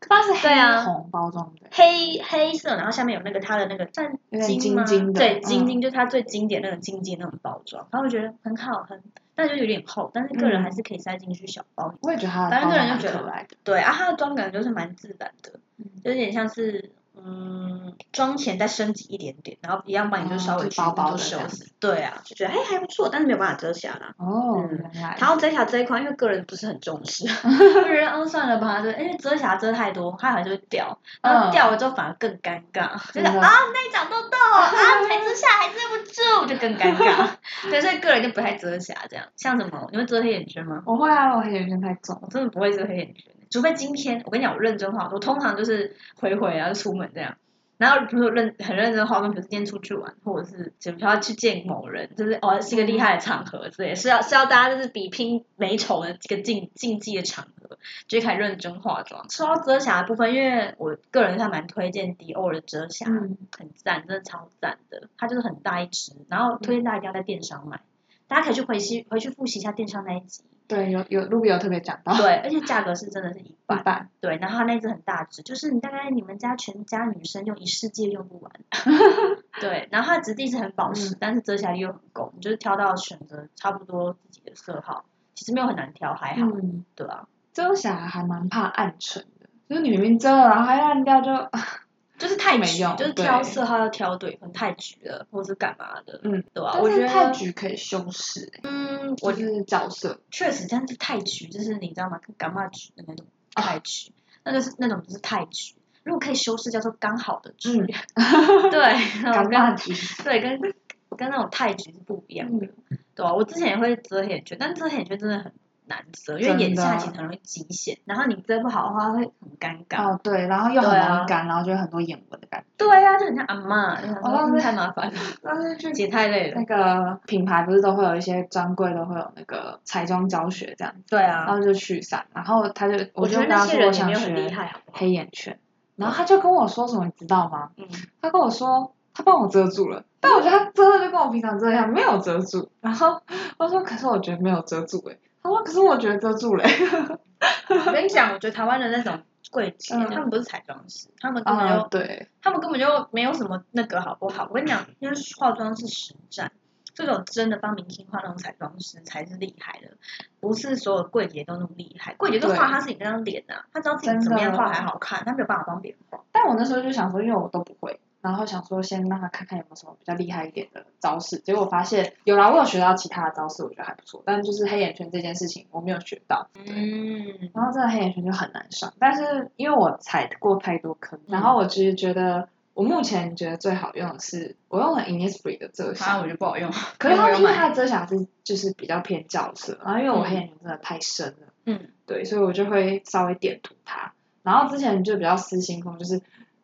Speaker 2: 它是
Speaker 1: 对啊
Speaker 2: 黑红包装的，
Speaker 1: 黑黑色，然后下面有那个它的那个但
Speaker 2: 有点
Speaker 1: 金吗？
Speaker 2: 晶晶的
Speaker 1: 对，
Speaker 2: 嗯
Speaker 1: 晶晶、就是它最经典那种晶晶那种包装，然后我觉得很好，很但就有点厚，但是个人
Speaker 2: 嗯
Speaker 1: 还是可以塞进去小包里。
Speaker 2: 我也觉得它
Speaker 1: 反
Speaker 2: 的
Speaker 1: 正
Speaker 2: 包
Speaker 1: 个人
Speaker 2: 装
Speaker 1: 就
Speaker 2: 蛮
Speaker 1: 觉得
Speaker 2: 可爱的，
Speaker 1: 对啊，它的妆感就是蛮自然的，
Speaker 2: 嗯
Speaker 1: 就有点像是嗯妆前再升级一点点，然后一样帮你就
Speaker 2: 哦
Speaker 1: 稍微
Speaker 2: 就
Speaker 1: 去
Speaker 2: 薄薄
Speaker 1: 做
Speaker 2: 的这
Speaker 1: 修
Speaker 2: 样
Speaker 1: 饰。对啊，就觉得哎还不错，但是没有办法遮瑕啦。
Speaker 2: 哦，
Speaker 1: 嗯
Speaker 2: 原来
Speaker 1: 然后遮瑕这一块，因为个人不是很重
Speaker 2: [LAUGHS]
Speaker 1: 视，我觉得嗯算了吧，就因为遮瑕遮太多，它还是会掉，然后
Speaker 2: 嗯
Speaker 1: 掉了之后反而更尴尬，就
Speaker 2: 真
Speaker 1: 是
Speaker 2: 的
Speaker 1: 啊那里长痘痘啊，才遮瑕还遮不住，就更尴
Speaker 2: [LAUGHS]
Speaker 1: 尬。对，所以个人就不太遮瑕这样。像什么，你会遮黑眼圈吗？
Speaker 2: 我会啊，我黑眼圈太重，
Speaker 1: 我真的不会遮黑眼圈，除非今天我跟你讲，我认真化妆，我通常就是回回啊然后就出门这样。然后比如说认很认真化妆，比如说今天出去玩，或者是只要去见某人，就是哦是一个厉害的场合之类，是要是要大家就是比拼美丑的这个竞竞技的场合，就开始认真化妆。说到遮瑕的部分，因为我个人还蛮推荐迪奥的遮瑕，
Speaker 2: 嗯
Speaker 1: 很赞，真的超赞的，它就是很大一支，然后推荐大家一定要在电商买，大家可以去回去回去复习一下电商那一集，
Speaker 2: 对，有有 Ruby 有特别讲 [LAUGHS] 到，
Speaker 1: 对，而且价格是真的是一半
Speaker 2: 一。半，
Speaker 1: 对，然后它那只很大只，就是你大概你们家全家女生用一世界用不完。
Speaker 2: [LAUGHS]
Speaker 1: 对，然后它的质地是很保
Speaker 2: 嗯
Speaker 1: 湿，但是遮瑕力又很够，你就是挑到选择差不多自己的色号，其实没有很难挑，还好，
Speaker 2: 嗯，
Speaker 1: 对啊，
Speaker 2: 遮瑕还蛮怕暗沉的，就是你明明遮了，然后还暗掉就，
Speaker 1: 就是太
Speaker 2: 没
Speaker 1: 橘，
Speaker 2: 用
Speaker 1: 就是
Speaker 2: 对
Speaker 1: 挑色号要挑对，可能太橘了，或者是干嘛的，
Speaker 2: 嗯，
Speaker 1: 对啊，
Speaker 2: 但
Speaker 1: 我觉
Speaker 2: 是
Speaker 1: 得
Speaker 2: 太，橘可以修饰、欸，
Speaker 1: 嗯，
Speaker 2: 我
Speaker 1: 我
Speaker 2: 就是角色，
Speaker 1: 确实，但是太橘就是你知道吗？跟伽马橘的那种
Speaker 2: 啊
Speaker 1: 太橘，那就是那种就是太橘。如果可以修饰，叫做刚好的橘。
Speaker 2: 嗯
Speaker 1: [LAUGHS]
Speaker 2: [LAUGHS]
Speaker 1: 对，然后
Speaker 2: 干
Speaker 1: 跟
Speaker 2: 嘛橘，
Speaker 1: 对，跟跟那种太橘是不一样的，
Speaker 2: 嗯
Speaker 1: 对啊，我之前也会遮黑眼圈，但遮黑眼圈真的很难遮，因为
Speaker 2: 真的
Speaker 1: 眼下其实很容易极限，然后你遮不好的话会很尴尬。
Speaker 2: 哦对，然后又很
Speaker 1: 对啊
Speaker 2: 容易干，然后就有很多眼纹的感觉。
Speaker 1: 对呀、啊，就很像阿妈，就想说
Speaker 2: 我当时
Speaker 1: 嗯太麻烦了，
Speaker 2: 但哦是去
Speaker 1: 姐太累了
Speaker 2: 那。个品牌不是都会有一些专柜都会有那个彩妆教学这样，
Speaker 1: 对
Speaker 2: 然
Speaker 1: 啊，
Speaker 2: 后就去上，然后他就
Speaker 1: 我
Speaker 2: 就
Speaker 1: 觉得
Speaker 2: 跟他
Speaker 1: 那些
Speaker 2: 说
Speaker 1: 人也
Speaker 2: 我想
Speaker 1: 没有很厉
Speaker 2: 学
Speaker 1: 害，好不好？
Speaker 2: 黑眼圈，然后他就跟我说什么，你知道吗？
Speaker 1: 嗯，
Speaker 2: 他跟我说他帮我遮住了，但我觉得他遮的就跟我平常遮一样，没有遮住。然后我说可是我觉得没有遮住哎、欸他说可是我觉得遮住了、欸
Speaker 1: 我跟你讲，我觉得台湾的那种柜姐，
Speaker 2: 嗯
Speaker 1: 他们不是彩妆师，他们根本就
Speaker 2: 啊对，
Speaker 1: 他们根本就没有什么那个好不好？我跟你讲，因为化妆是实战，这种真的帮明星化那种彩妆师才是厉害的，不是所有柜姐都那么厉害。柜姐都画
Speaker 2: 对
Speaker 1: 她自己那张脸啊，她知道自己怎
Speaker 2: 真的
Speaker 1: 么样画才好看，她没有办法帮别人画。
Speaker 2: 但我那时候就想说，因为我都不会。然后想说先让他看看有没有什么比较厉害一点的招式，结果发现有啦，我有学到其他的招式，我觉得还不错，但就是黑眼圈这件事情我没有学到，
Speaker 1: 嗯，
Speaker 2: 然后这个黑眼圈就很难上，但是因为我踩过太多坑，
Speaker 1: 嗯
Speaker 2: 然后我其实觉得我目前觉得最好用的是我用了 Innisfree 的遮瑕，
Speaker 1: 我就不好用。
Speaker 2: 可是
Speaker 1: 我
Speaker 2: 它
Speaker 1: 有
Speaker 2: 因为
Speaker 1: 买
Speaker 2: 它的遮瑕是就是比较偏较色，然后因为我黑眼圈真的太深了，
Speaker 1: 嗯，
Speaker 2: 对，所以我就会稍微点涂它。然后之前就比较私心风，就是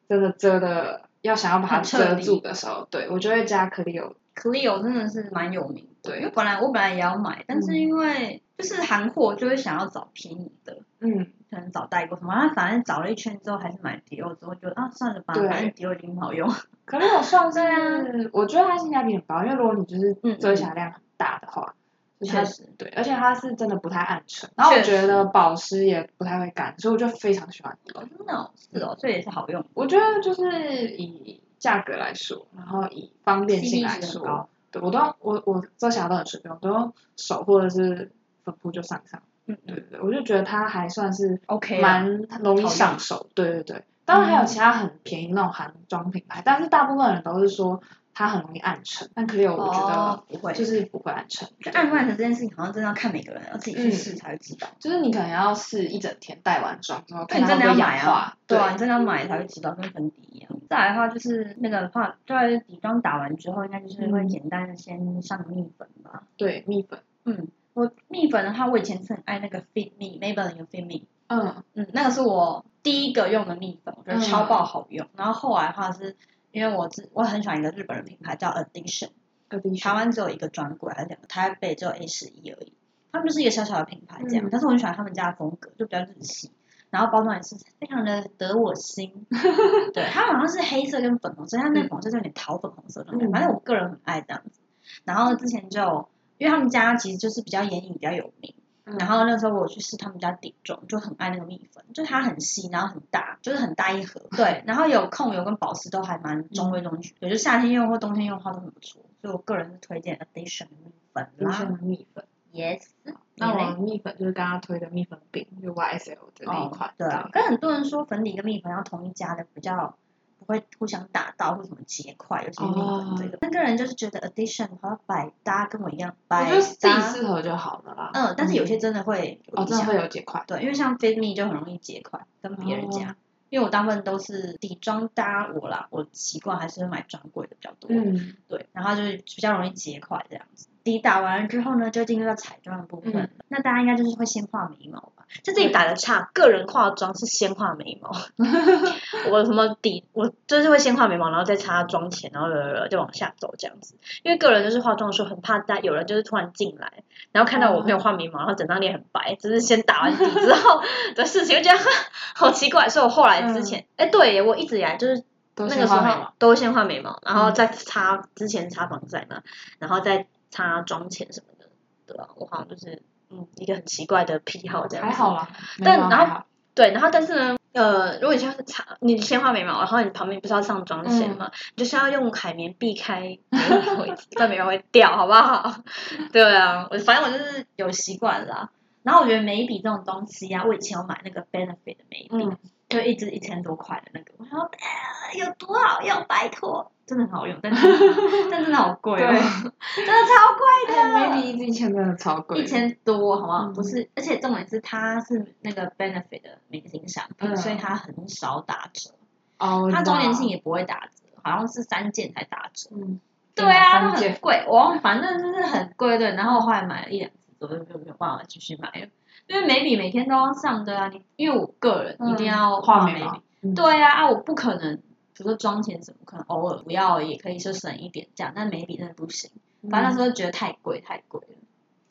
Speaker 2: 真的遮的要想要把它
Speaker 1: 很彻
Speaker 2: 遮
Speaker 1: 底
Speaker 2: 住的时候，对我就会加颗粒油，
Speaker 1: [LAUGHS] Clio 真的是蛮有名的，
Speaker 2: 对
Speaker 1: 因为本来我本来也要买，但是
Speaker 2: 嗯
Speaker 1: 因为就是韩货就会想要找便宜的，
Speaker 2: 嗯，
Speaker 1: 可能找代购什么，啊反正找了一圈之后还是买迪奥，之后觉得啊算了吧，
Speaker 2: 对
Speaker 1: 反正迪奥已经很好用。
Speaker 2: 可能我算是，
Speaker 1: 对啊
Speaker 2: 我觉得它性价比很高，因为如果你就是
Speaker 1: 嗯嗯
Speaker 2: 遮瑕量很大的话，就是
Speaker 1: 确
Speaker 2: 它
Speaker 1: 实
Speaker 2: 对，而且它是真的不太暗沉，然后我
Speaker 1: 确实
Speaker 2: 觉得保湿也不太会干，所以我就非常喜欢。
Speaker 1: 哦，真的哦是哦，这也是好用。
Speaker 2: 我觉得就是以价格来说，然后以方便性来
Speaker 1: CP 值很高
Speaker 2: 说，对我都我我遮瑕都很随便，我都用手或者是粉扑就上上，
Speaker 1: 嗯
Speaker 2: 对对对，我就觉得它还算是
Speaker 1: OK 啊嗯
Speaker 2: 蛮容易上手，对对对。当然还有其他很便宜那种韩妆品牌，但是大部分人都是说它很容易暗沉，但 Clear 我觉
Speaker 1: 哦
Speaker 2: 得
Speaker 1: 不会，
Speaker 2: 就
Speaker 1: 就是
Speaker 2: 是不会暗沉，
Speaker 1: 就按麦的这件事情，好像真的要看每个人，要自己
Speaker 2: 嗯
Speaker 1: 去试才会知道。
Speaker 2: 就是你可能要试一整天带完妆之后，
Speaker 1: 那
Speaker 2: 看
Speaker 1: 你
Speaker 2: 它
Speaker 1: 真
Speaker 2: 会
Speaker 1: 的
Speaker 2: 不
Speaker 1: 要
Speaker 2: 会
Speaker 1: 买
Speaker 2: 氧
Speaker 1: 啊
Speaker 2: 化，？
Speaker 1: 对啊，你真的要买才会知道，跟粉底一样。再来的话就是那个的话，就是底妆打完之后，应该就是会
Speaker 2: 嗯
Speaker 1: 简单的先上个蜜粉吧。
Speaker 2: 对蜜粉，
Speaker 1: 嗯，我蜜粉的话，我以前是很爱那个 Fit Me，Maybelline 的 Fit Me。
Speaker 2: 嗯
Speaker 1: 嗯，那个是我第一个用的蜜粉，我觉得
Speaker 2: 嗯
Speaker 1: 超爆好用。然后后来的话是，因为我自我很喜欢一个日本的品牌叫 Addiction，台湾只有一个专柜还是两个，台北只有 A 十一而已。他们就是一个小小的品牌这样，
Speaker 2: 嗯
Speaker 1: 但是我很喜欢他们家的风格，就比较日系。然后包装也是非常的得我心， [LAUGHS] 对，它好像是黑色跟粉红色，它那个粉红色就有点桃粉红色那种感觉，
Speaker 2: 嗯
Speaker 1: 反正我个人很爱这样子。然后之前就因为他们家其实就是比较眼影比较有名，
Speaker 2: 嗯
Speaker 1: 然后那时候我去试他们家底妆，就很爱那个蜜粉，就它很细，然后很大，就是很大一
Speaker 2: [LAUGHS]
Speaker 1: 盒。对，然后有控油跟保湿都还蛮中规中矩，也就夏天用或冬天用的话都很不错，所以我个人是推荐 Addition 的蜜粉
Speaker 2: 冰
Speaker 1: 啦
Speaker 2: 箱。的蜜粉。
Speaker 1: Yes，
Speaker 2: 那
Speaker 1: 你嘞
Speaker 2: 我蜜粉就是刚刚推的蜜粉饼，就 YSL 的那一款。
Speaker 1: 对啊，跟很多人说粉底跟蜜粉要同一家的比较不会互相打到或什么结块，尤其是蜜
Speaker 2: 哦
Speaker 1: 粉这个。那个人就是觉得 addition 好像百搭，跟我一样
Speaker 2: 我
Speaker 1: 百
Speaker 2: 觉得自己
Speaker 1: 搭。
Speaker 2: 适合就好了啦。
Speaker 1: 嗯，但是有些真的会有
Speaker 2: 哦，
Speaker 1: 影
Speaker 2: 真的
Speaker 1: 响。
Speaker 2: 会有结块。
Speaker 1: 对，因为像 Fit Me 就很容易结块，跟别人家。
Speaker 2: 哦
Speaker 1: 因为我大部分都是底妆搭我啦，我习惯还是会买专柜的比较多，
Speaker 2: 嗯，
Speaker 1: 对，然后就是比较容易结块这样子。底打完了之后呢，就进入到彩妆的部分。
Speaker 2: 嗯
Speaker 1: 那大家应该就是会先画眉毛吧？这自己
Speaker 2: 对
Speaker 1: 打的差，个人化妆是先画眉
Speaker 2: [LAUGHS]
Speaker 1: 毛。我什么底，我就是会先画眉毛，然后再擦妆前，然后就往下走这样子。因为个人就是化妆的时候很怕大有人就是突然进来，然后看到我
Speaker 2: 嗯
Speaker 1: 没有画眉毛，然后整张脸很白，就是先打完底之后 [LAUGHS] 的事情，就觉得哈好奇怪。所以我后来之前，
Speaker 2: 嗯
Speaker 1: 哎、对耶，我一直以来就是
Speaker 2: 都
Speaker 1: 那
Speaker 2: 先
Speaker 1: 个时
Speaker 2: 画眉
Speaker 1: 候
Speaker 2: 毛嗯
Speaker 1: 都先画眉毛，然后再擦之前擦防晒嘛，然后再擦妆前什么的，对吧、我好像就是嗯一个很奇怪的癖好这样
Speaker 2: 还
Speaker 1: 子。
Speaker 2: 好啦，
Speaker 1: 但
Speaker 2: 眉毛
Speaker 1: 然后
Speaker 2: 还好
Speaker 1: 对，然后但是呢，呃，如果你先擦，你先画眉毛，然后你旁边不是要上妆前
Speaker 2: 嗯
Speaker 1: 吗？你就是要用海绵避开眉毛位置，不然眉毛会 [LAUGHS] 掉，好不好？ [LAUGHS] 对啊，我反正我就是有习惯啦。然后我觉得眉笔这种东西啊，我以前有买那个 Benefit 的眉笔，
Speaker 2: 嗯，
Speaker 1: 就一支一千多块的那个，我想说、呃、有多好用，拜托，真的很好用，
Speaker 2: [LAUGHS]
Speaker 1: 但是但真的好贵哦，
Speaker 2: 对
Speaker 1: 真的超贵。
Speaker 2: 哎，眉笔一千真的超贵，
Speaker 1: 一千多，好不好？
Speaker 2: 嗯
Speaker 1: 不是，而且重点是它是那个 benefit 的明星商品，
Speaker 2: 嗯
Speaker 1: 所以它很少打折，
Speaker 2: 哦，我知
Speaker 1: 它周
Speaker 2: 道
Speaker 1: 年庆也不会打折，好像是三件才打折。
Speaker 2: 嗯，
Speaker 1: 对啊，那
Speaker 2: 三
Speaker 1: 很
Speaker 2: 件
Speaker 1: 贵，我忘反正就是很贵对。然后我后来买了一两次左右，就没有办法继续买了，因为眉笔每天都要上的啊。你因为我个人一定要嗯
Speaker 2: 画
Speaker 1: 眉
Speaker 2: 眉毛，嗯
Speaker 1: 对呀、啊，我不可能，比如说妆前什么，可能偶尔不要也可以就省一点这样，但眉笔真的不行。反正那时候觉得太贵太贵了，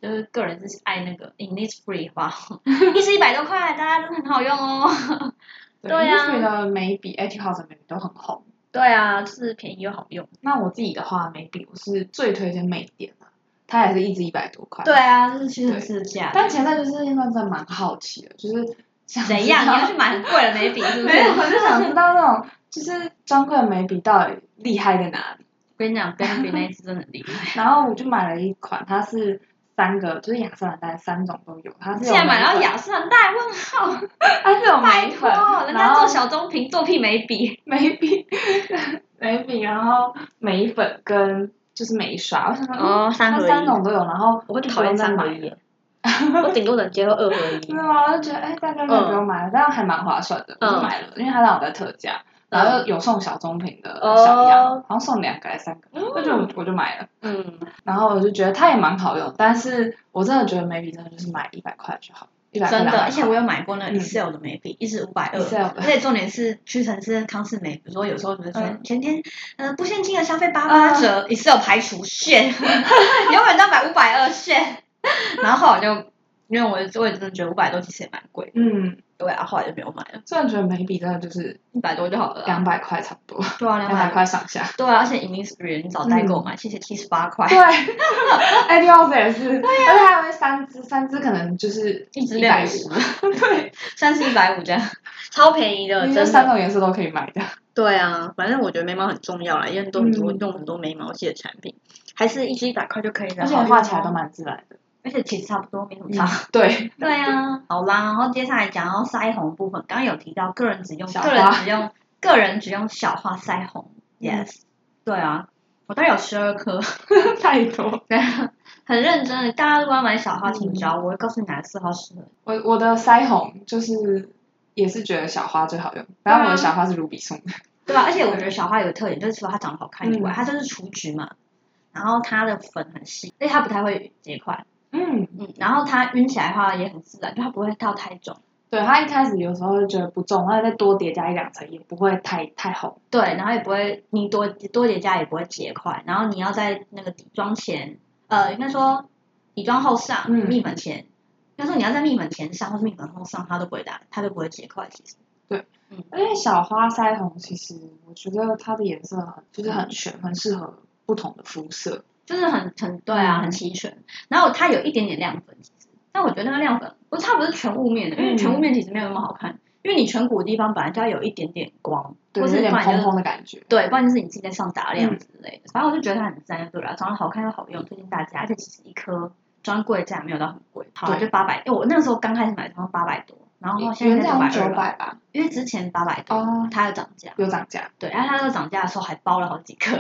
Speaker 1: 就是个人是爱那个 Innisfree 花， [LAUGHS] 一支一百多块，大家都很好用哦。 [LAUGHS] 对啊
Speaker 2: 因为嗯的眉笔 H 号的眉笔都很红。
Speaker 1: 对啊，就是便宜又好用。
Speaker 2: 那我自己的话，眉笔我是最推荐魅点的，它也是一支一百多块。
Speaker 1: 对，啊，就是其实
Speaker 2: 对
Speaker 1: 是这样。
Speaker 2: 但前段就是因为真的蛮好奇的，就是想知
Speaker 1: [LAUGHS]
Speaker 2: 道
Speaker 1: 怎样？你要去买很贵的眉笔是 [LAUGHS] 不是
Speaker 2: 没？有，我就想知道那种就是专柜的眉笔到底厉害在哪里。
Speaker 1: 我跟你讲 b e n b 那一支真的很厉 [LAUGHS] 害。
Speaker 2: 然后我就买了一款，它是三个，就是雅诗兰黛三种都有，它是有
Speaker 1: 现在买
Speaker 2: 眉
Speaker 1: 到
Speaker 2: 粉，啊
Speaker 1: 雅诗兰黛，问号，
Speaker 2: 它是有
Speaker 1: 拜
Speaker 2: 眉粉，
Speaker 1: 托，人
Speaker 2: 然
Speaker 1: 家
Speaker 2: 后
Speaker 1: 做小棕瓶，做屁眉笔，
Speaker 2: 眉笔、 [LAUGHS] 眉笔，然后眉粉跟就是眉刷，我想说，
Speaker 1: [LAUGHS]
Speaker 2: 嗯
Speaker 1: 哦，三
Speaker 2: 它三种都有，然后
Speaker 1: 我会
Speaker 2: 就
Speaker 1: 讨
Speaker 2: 不
Speaker 1: 厌
Speaker 2: 用再
Speaker 1: 三
Speaker 2: 买
Speaker 1: 合
Speaker 2: 了
Speaker 1: 一耶， [LAUGHS] 我顶多能接受二合一。
Speaker 2: 对啊，我就觉得哎，大概就不
Speaker 1: 嗯
Speaker 2: 用买了，但还蛮划算的，我就买了，因为它让我在特价，然后有送小棕瓶的小样
Speaker 1: 哦，
Speaker 2: 好像送两个还是三个，我就我就买了，
Speaker 1: [LAUGHS] 嗯，
Speaker 2: 然后我就觉得它也蛮好用，但是我真的觉得眉笔真的就是买一百块就好，一百块
Speaker 1: 真的，
Speaker 2: 200
Speaker 1: 而且我有买过那个
Speaker 2: 嗯
Speaker 1: Excel 的眉笔，一支五百二，
Speaker 2: Excel 的
Speaker 1: 而且重点是屈臣氏康氏美，比如说有时候就是说
Speaker 2: 嗯
Speaker 1: 前天呃不限金额消费八八折，Excel 排除 [LAUGHS] 炫，原本要买五百二炫，然后后来就因为我我也真的觉得五百多其实也蛮贵，
Speaker 2: 嗯，
Speaker 1: 对啊，后来就没有买了，
Speaker 2: 真的觉得眉笔真的就是
Speaker 1: 一百多就好了啦，
Speaker 2: 两百块差不多，
Speaker 1: 对啊，
Speaker 2: 啊两
Speaker 1: 两
Speaker 2: 百
Speaker 1: 百，嗯
Speaker 2: 块上下。
Speaker 1: 对啊，而且 Innisfree 你找代购买，谢谢七十八块
Speaker 2: 对，哎，迪奥斯也是，而且还有三支，三支可能就是
Speaker 1: 一支
Speaker 2: 百
Speaker 1: 150
Speaker 2: 五，
Speaker 1: [LAUGHS]
Speaker 2: 对，
Speaker 1: 三是一百五这样，超便宜的，
Speaker 2: 因
Speaker 1: 真的。
Speaker 2: 为三种颜色都可以买的。
Speaker 1: 对啊，反正我觉得眉毛很重要啦，因为都很多、
Speaker 2: 嗯
Speaker 1: 用很多眉毛系的产品，还是一支一百块就可以了，
Speaker 2: 啊而且
Speaker 1: 好用
Speaker 2: 画起来
Speaker 1: 哦
Speaker 2: 都蛮自然的。
Speaker 1: 而且其实差不多没什么
Speaker 2: 嗯
Speaker 1: 差。，
Speaker 2: 对，
Speaker 1: [LAUGHS] 对啊，好啦，然后接下来讲到腮红部分，刚刚有提到个人只用
Speaker 2: 小
Speaker 1: 个人
Speaker 2: 花
Speaker 1: 只用个人只用小画腮红，yes，、对啊，我大概有十二颗，
Speaker 2: [LAUGHS]
Speaker 1: [LAUGHS]
Speaker 2: 太多。
Speaker 1: 很认真的，大家如果要买小花，请
Speaker 2: 嗯
Speaker 1: 找我，我会告诉你哪个色号适合你。
Speaker 2: 我我的腮红就是也是觉得小花最好用，然后我的小花是卢比送的，
Speaker 1: 对啊，而且我觉得小花有个特点，就是除了它长得好看以外，
Speaker 2: 嗯
Speaker 1: 它就是雏菊嘛，然后它的粉很细，而且它不太会结块。
Speaker 2: 嗯，
Speaker 1: 嗯，然后它晕起来的话也很自然，就它不会套太重。
Speaker 2: 对，它一开始有时候就觉得不重，然后再多叠加一两层也不会太太红，
Speaker 1: 对，然后也不会你多多叠加也不会结块。然后你要在那个底妆前，呃，应该说底妆后上，
Speaker 2: 嗯
Speaker 1: 蜜粉前，应该说你要在蜜粉前上或是蜜粉后上，它都不会打，它都不会结块。其实，
Speaker 2: 因为小花腮红其实我觉得它的颜色很就是很全，很适合不同的肤色，
Speaker 1: 就是很很对啊，
Speaker 2: 嗯
Speaker 1: 很齐全。然后它有一点点亮粉，其实，但我觉得那个亮粉，不，它不是全雾面的，因为
Speaker 2: 嗯
Speaker 1: 全雾面其实没有那么好看，因为你颧骨的地方本来就要有一点点光，
Speaker 2: 对，
Speaker 1: 或
Speaker 2: 有
Speaker 1: 是
Speaker 2: 点
Speaker 1: 不然就
Speaker 2: 蓬
Speaker 1: 是
Speaker 2: 蓬的感觉。
Speaker 1: 对，不然就是你自己在上打量
Speaker 2: 嗯
Speaker 1: 之类的。反正我就觉得它很赞就对了，长得好看又好用，推荐大家。而且其实一颗专柜价没有到很贵，好啊
Speaker 2: 对
Speaker 1: 就八百。因为我那个时候刚开始买，好像八百多，然后现在
Speaker 2: 原价
Speaker 1: 九
Speaker 2: 九
Speaker 1: 百，
Speaker 2: 百吧，
Speaker 1: 因为之前八百多，
Speaker 2: 哦，
Speaker 1: 它有涨价。
Speaker 2: 有涨价，
Speaker 1: 对，然后它那个涨价的时候还包了好几颗。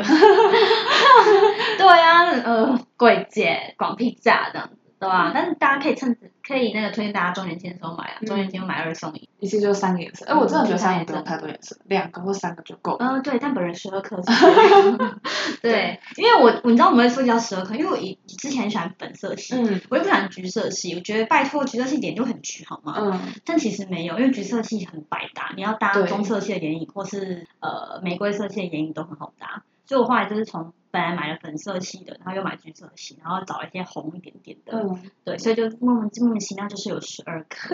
Speaker 1: 对啊，呃，贵姐广屁价这样子。对吧、但是大家可以趁此可以那个推荐大家中元节的时候买啊，中元节买二送一。
Speaker 2: 一次就三个颜色。哎，我真的觉得三个不用
Speaker 1: 嗯
Speaker 2: 太多颜色，两个或三个就够了。
Speaker 1: 嗯，对，但本人十二颗是对， [LAUGHS] 因为我我你知道我们会说叫十二颗，因为我以之前很喜欢粉色系，
Speaker 2: 嗯
Speaker 1: 我也不喜欢橘色系，我觉得拜托橘色系脸就很橘好吗？
Speaker 2: 嗯，
Speaker 1: 但其实没有，因为橘色系很百搭，你要搭
Speaker 2: 对
Speaker 1: 棕色系的眼影或是呃玫瑰色系的眼影都很好搭。所以我后来就是从本来买了粉色系的，然后又买橘色系，然后找一些红一点点的，
Speaker 2: 嗯，
Speaker 1: 对，所以就莫名莫名其妙就是有十二
Speaker 2: [LAUGHS]
Speaker 1: 颗。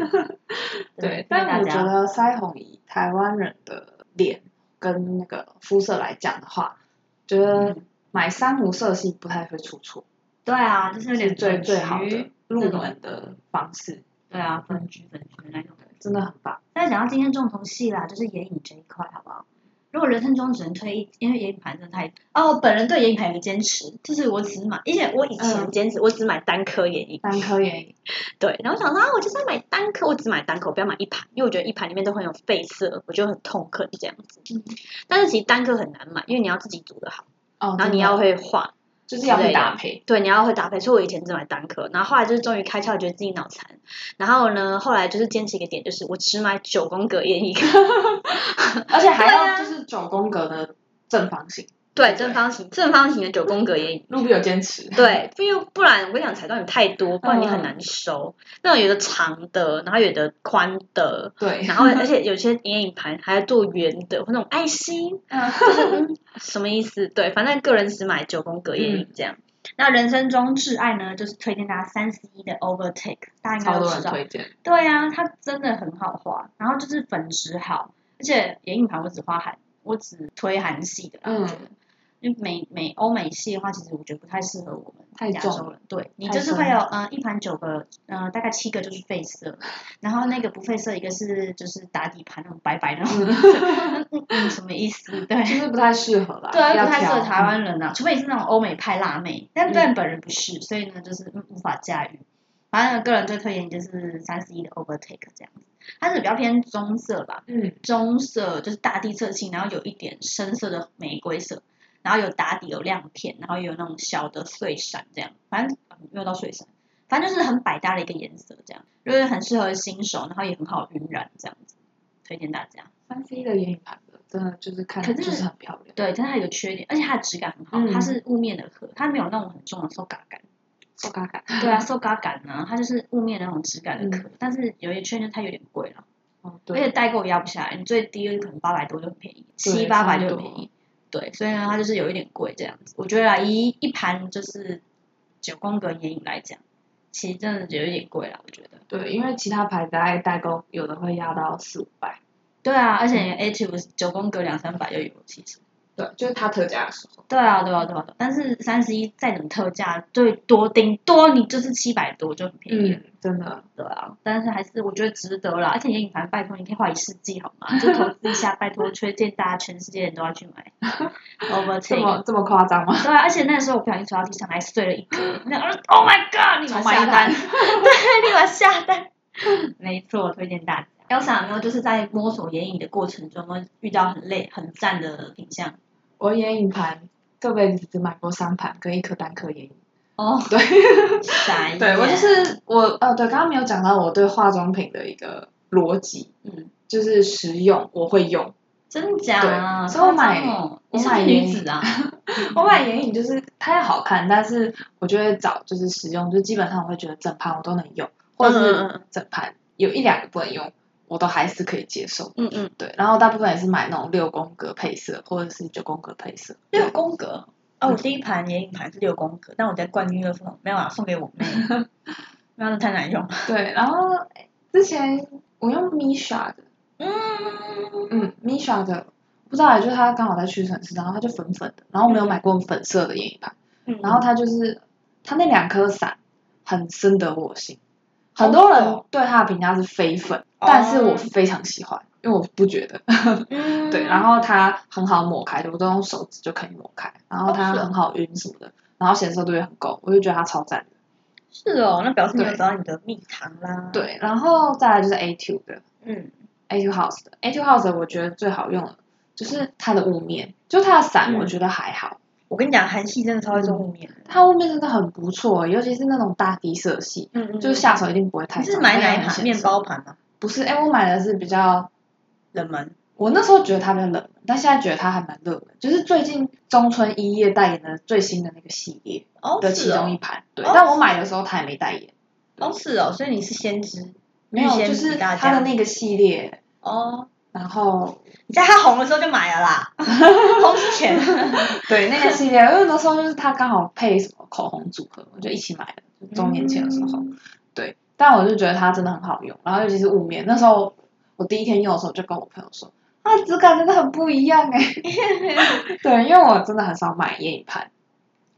Speaker 2: 对。
Speaker 1: 所以
Speaker 2: 但
Speaker 1: 大
Speaker 2: 我觉
Speaker 1: 家
Speaker 2: 得腮红以台湾人的脸跟那个肤色来讲的话，觉得
Speaker 1: 嗯
Speaker 2: 买珊瑚色系不太会出错，
Speaker 1: 对啊，就是有
Speaker 2: 是
Speaker 1: 点
Speaker 2: 最
Speaker 1: 粉
Speaker 2: 最好的
Speaker 1: 橘
Speaker 2: 入门的方式，
Speaker 1: 对啊，粉橘粉橘的那种感觉。
Speaker 2: 真的很棒。
Speaker 1: 再讲到今天重头戏啦，就是眼影这一块，好不好？如果人生中只能推一，因为眼影盘真的太……哦，我本人对眼影盘有个坚持，就是我只买，
Speaker 3: 而且我以前坚持我只买单颗眼影，
Speaker 2: 嗯单颗眼影，
Speaker 3: 对，然后我想说啊，我就是要买单颗，我只买单颗，我不要买一盘，因为我觉得一盘里面都很有废色，我觉得很痛恨就这样子。
Speaker 2: 嗯
Speaker 3: 但是其实单颗很难买，因为你要自己组的好，
Speaker 2: 哦，
Speaker 3: 然后你
Speaker 2: 真的
Speaker 3: 要会画，
Speaker 2: 就是要
Speaker 3: 之类
Speaker 2: 会
Speaker 3: 的
Speaker 2: 搭配，
Speaker 3: 对，你要会搭配，所以我以前只买单颗，然后后来就是终于开窍，觉得自己脑残，然后呢，后来就是坚持一个点，就是我只买九宫格眼影， [LAUGHS]
Speaker 2: 而且还
Speaker 3: 对
Speaker 2: 要
Speaker 3: 啊
Speaker 2: 就是九宫格的正方形。
Speaker 3: 对，正方形正方形的九宫格眼
Speaker 2: [LAUGHS]
Speaker 3: 影，
Speaker 2: 露比有坚持，
Speaker 3: 对，因为不然我跟你讲彩妆有太多，不然你很
Speaker 2: 嗯
Speaker 3: 难收，那种有的长的，然后有的宽的，
Speaker 2: 对， [LAUGHS]
Speaker 3: 然后而且有些眼影盘还要做圆的，或那种爱心，
Speaker 2: 嗯
Speaker 3: 就是嗯什么意思？对，反正个人只买九宫格
Speaker 2: 嗯
Speaker 3: 眼影这样。
Speaker 1: 那人生中挚爱呢，就是推荐大家三十一的 Overtake，大家应该
Speaker 2: 超
Speaker 1: 都
Speaker 2: 多
Speaker 1: 知
Speaker 2: 人
Speaker 1: 道。
Speaker 2: 推荐，
Speaker 1: 对啊，它真的很好画，然后就是粉质好，而且眼影盘我只画韩，我只推韩系的啦，
Speaker 2: 嗯
Speaker 1: 我觉得。因为美美欧美系的话，其实我觉得不太适合我们
Speaker 2: 太
Speaker 1: 亚
Speaker 2: 重
Speaker 1: 洲人。对你
Speaker 2: 太
Speaker 1: 就是
Speaker 2: 重
Speaker 1: 会有呃一盘九个，呃大概七个就是废色，然后那个不废色一个是就是打底盘那种白白的那
Speaker 2: [LAUGHS]
Speaker 1: 种，嗯嗯什么意思？对，
Speaker 2: 就是不太适合
Speaker 1: [LAUGHS]
Speaker 2: 啦，
Speaker 1: 对啊，
Speaker 2: 要
Speaker 1: 不太适合
Speaker 2: 挑
Speaker 1: 台湾人啊，除非你是那种欧美派辣妹，
Speaker 2: 嗯
Speaker 1: 但但本人不是，所以呢，就是嗯无法驾驭。反正个人最推荐就是三十一的 Overtake 这样子，它是比较偏棕色吧，
Speaker 2: 嗯，
Speaker 1: 棕色就是大地色系，然后有一点深色的玫瑰色，然后有打底有亮片，然后也有那种小的碎闪这样，反正嗯没有到碎闪，反正就是很百搭的一个颜色这样，就是很适合新手，然后也很好晕染这样子，推荐大家。
Speaker 2: 三 C 的眼影盘的，真的就是看
Speaker 1: 可是
Speaker 2: 就是很漂亮，
Speaker 1: 对，但它有个缺点，而且它的质感很好，
Speaker 2: 嗯
Speaker 1: 它是雾面的壳，它没有那种很重的塑嘎感。 [LAUGHS]
Speaker 2: 手嘎嘎，
Speaker 1: 对啊，塑嘎感呢，它就是雾面的那种质感的壳，但是有一缺点，它有点贵了，
Speaker 2: 哦
Speaker 1: 而
Speaker 2: 对，
Speaker 1: 且代购也压不下来，你最低可能八百多就很便宜，
Speaker 2: 对
Speaker 1: 七八百就
Speaker 2: 差
Speaker 1: 很
Speaker 2: 不多
Speaker 1: 便宜。对，所以呢，它就是有一点贵这样子。我觉得啊，一一盘就是九宫格眼影来讲，其实真的有一点贵了，我觉得。
Speaker 2: 对，因为其他牌子在代购有的会压到四五百，
Speaker 1: 对啊，而且
Speaker 2: 嗯
Speaker 1: H 九宫格两三百就有，其实。
Speaker 2: 对，就是它特价的时候，
Speaker 1: 对啊，对啊，对啊，对啊但是三十一再怎么特价，最多顶多你就是七百多就很便宜了，
Speaker 2: 嗯，真的，
Speaker 1: 对啊。但是还是我觉得值得啦，而且眼影盘拜托你可以画一世纪好吗？就投资一下，拜
Speaker 2: [LAUGHS]
Speaker 1: 托，推荐大家全世界人都要去买
Speaker 2: 这
Speaker 1: Overtake。
Speaker 2: 么这么夸张吗？
Speaker 1: 对啊，而且那时候我不小心摔到地上，还碎了一
Speaker 2: [LAUGHS]
Speaker 1: 颗，那个 Oh my God！立马
Speaker 2: 重买一
Speaker 1: 下单，
Speaker 2: 盘 [LAUGHS]
Speaker 1: 对，立马下单。没错，推荐
Speaker 2: [LAUGHS]
Speaker 1: 大家。Elsa 有没有就是在摸索眼影的过程中，有没有遇到很累、很赞的品相？
Speaker 2: 我眼影盘这辈子只买过三盘跟一颗单颗眼影，
Speaker 1: 哦，
Speaker 2: 对，
Speaker 1: 傻眼。
Speaker 2: 对我就是我呃对，刚刚没有讲到我对化妆品的一个逻辑，
Speaker 1: 嗯，
Speaker 2: 就是实用我会用。
Speaker 1: 真假啊？
Speaker 2: 对所以我买
Speaker 1: 夸张哦
Speaker 2: 我
Speaker 1: 你是不
Speaker 2: 买
Speaker 1: 是
Speaker 2: 眼
Speaker 1: 女
Speaker 2: 影 [LAUGHS]
Speaker 1: 子啊？
Speaker 2: 我买眼影就是它要好看，但是我就会找就是实用，就基本上我会觉得整盘我都能用，或者
Speaker 3: 嗯嗯
Speaker 2: 是整盘有一两个不能用，我都还是可以接受。
Speaker 3: 嗯嗯，
Speaker 2: 对，然后大部分也是买那种六宫格配色或者是九宫格配色。
Speaker 1: 六宫格。
Speaker 2: 嗯
Speaker 1: 哦，我第一盘眼影盘是六宫格，但我在冠军乐风没有啊，送给我
Speaker 2: [LAUGHS]
Speaker 1: 妹，那太难用。
Speaker 2: 对，然后诶之前我用 Misha 的，
Speaker 1: 嗯，
Speaker 2: 嗯，Misha 的，不知道欸，就是它刚好在屈臣氏，然后它就粉粉的，然后我没
Speaker 1: 嗯
Speaker 2: 有买过粉色的眼影盘。然后它就是它那两颗伞很深得我心，很多人
Speaker 1: 哦
Speaker 2: 对它的评价是非粉，但是我非常喜欢，因为我不觉得。
Speaker 1: 嗯
Speaker 2: [LAUGHS] 对，然后它很好抹开，我都用手指就可以抹开，然后它
Speaker 1: 哦是哦
Speaker 2: 很好晕什么的，然后显色度也很够，我就觉得它超赞的。
Speaker 1: 是哦，那表示你有
Speaker 2: 对
Speaker 1: 找到你的蜜糖啦。，
Speaker 2: 对，然后再来就是 A two 的
Speaker 1: 嗯，
Speaker 2: A two House 的 A two House 的我觉得最好用的就是它的雾面，就它的伞
Speaker 1: 嗯
Speaker 2: 我觉得还好，
Speaker 1: 我跟你讲，韩系真的超会
Speaker 2: 嗯
Speaker 1: 做雾面，
Speaker 2: 它雾面真的很不错，哦尤其是那种大地色系，
Speaker 4: 嗯嗯
Speaker 2: 就是下手一定不会太
Speaker 1: 你
Speaker 2: 重。
Speaker 1: 是买哪
Speaker 2: 非常
Speaker 1: 一盘
Speaker 2: 显
Speaker 1: 面
Speaker 2: 瘦
Speaker 1: 包？盘吗？
Speaker 2: 不是，哎、我买的是比较，
Speaker 1: 冷门
Speaker 2: 我那时候觉得它比较冷门，但现在觉得它还蛮热门。就是最近中村一叶代言的最新的那个系列
Speaker 1: 哦
Speaker 2: 的其
Speaker 1: 是
Speaker 2: 中
Speaker 1: 哦
Speaker 2: 一盘，对。
Speaker 1: 哦
Speaker 2: 但我买的时候它也没代言，
Speaker 1: 哦是哦，所以你是先知
Speaker 2: 没有，
Speaker 1: 预先
Speaker 2: 就是
Speaker 1: 比大
Speaker 2: 它
Speaker 1: 家
Speaker 2: 的那个系列，
Speaker 1: 哦，
Speaker 2: 然后
Speaker 1: 你在他红的时候就买了
Speaker 2: [LAUGHS]
Speaker 1: 啦，红之前
Speaker 2: 对那个系列，因为那时候就是它刚好配什么口红组合，我就一起买了，就周年前的时候。
Speaker 1: 嗯
Speaker 2: 对，但我就觉得它真的很好用，然后尤其是雾面，那时候我第一天用的时候就跟我朋友说，它的质感真的很不一样哎、 [LAUGHS] 对，因为我真的很少买眼影盘，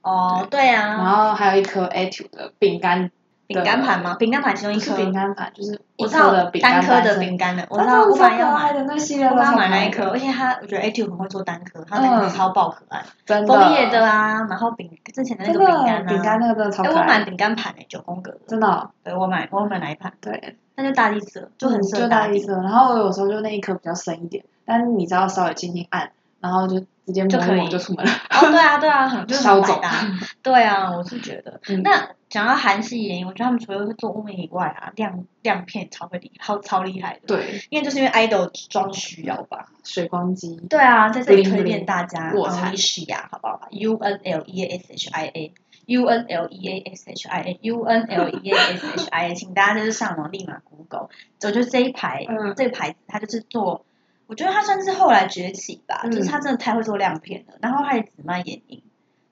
Speaker 1: 哦对
Speaker 2: 然
Speaker 1: 啊，
Speaker 2: 后还有一颗 Etude 的饼干，
Speaker 1: 饼干盘吗？饼干盘其中
Speaker 2: 不
Speaker 1: 一
Speaker 2: 是
Speaker 1: 颗，
Speaker 2: 饼干盘，就是一
Speaker 1: 我知
Speaker 2: 颗
Speaker 1: 道
Speaker 2: 的饼
Speaker 1: 单
Speaker 2: 干
Speaker 1: 颗的
Speaker 2: 生
Speaker 1: 饼干的，我
Speaker 2: 它
Speaker 1: 知
Speaker 2: 真
Speaker 1: 道
Speaker 2: 的
Speaker 1: 我
Speaker 2: 超
Speaker 1: 本来
Speaker 2: 可
Speaker 1: 要
Speaker 2: 爱
Speaker 1: 买。
Speaker 2: 的那系列，
Speaker 1: 我
Speaker 2: 都
Speaker 1: 本来
Speaker 2: 超
Speaker 1: 买那
Speaker 2: 可
Speaker 1: 一
Speaker 2: 爱
Speaker 1: 颗，
Speaker 2: 的嗯
Speaker 1: 而且它我觉得 A two 很会做单颗，它单颗超爆可爱，
Speaker 2: 真的
Speaker 1: 枫叶的啊，然后饼之前的那
Speaker 2: 真
Speaker 1: 个
Speaker 2: 的
Speaker 1: 饼干啊，
Speaker 2: 饼干那个真的超
Speaker 1: 哎
Speaker 2: 可
Speaker 1: 我买
Speaker 2: 爱的，
Speaker 1: 饼干盘哎，九宫格的，
Speaker 2: 真的哦
Speaker 1: 对我买我买哪一盘？
Speaker 2: 对，
Speaker 1: 那就大力色，就很适合
Speaker 2: 嗯就大
Speaker 1: 力
Speaker 2: 一，颗，然后我有时候就那一颗比较深一点，但是你只要稍微轻轻按，然后就直接
Speaker 1: 就
Speaker 2: 抹一
Speaker 1: 可
Speaker 2: 抹
Speaker 1: 以
Speaker 2: 就
Speaker 1: [LAUGHS]
Speaker 2: 出门了，
Speaker 1: 哦对
Speaker 2: [LAUGHS]
Speaker 1: 啊对啊，很就是很
Speaker 2: 消
Speaker 1: 百
Speaker 2: 肿。 [LAUGHS]
Speaker 1: 搭，对啊，我是觉得。
Speaker 2: 嗯
Speaker 1: 那讲到韩系眼影，我觉得他们除了会做雾面以外啊，亮亮片超会厉，超超厉害的。，
Speaker 2: 对，
Speaker 1: 因为就是因为 idol 装需要吧。
Speaker 2: 水光肌，
Speaker 1: 对啊，在这里
Speaker 2: Bling
Speaker 1: 推
Speaker 2: bling，
Speaker 1: 荐大家呃
Speaker 2: 卧蚕
Speaker 1: Unleashia 好不好？U N L E A S H I A。U N L E A S H I A U N L E A S H I A，请大家就是上网立马 Google。我觉得这一排、
Speaker 2: 嗯
Speaker 1: 这个牌子，它就是做，我觉得它算是后来崛起吧，
Speaker 2: 嗯
Speaker 1: 就是它真的太会做亮片了，然后它也只卖眼影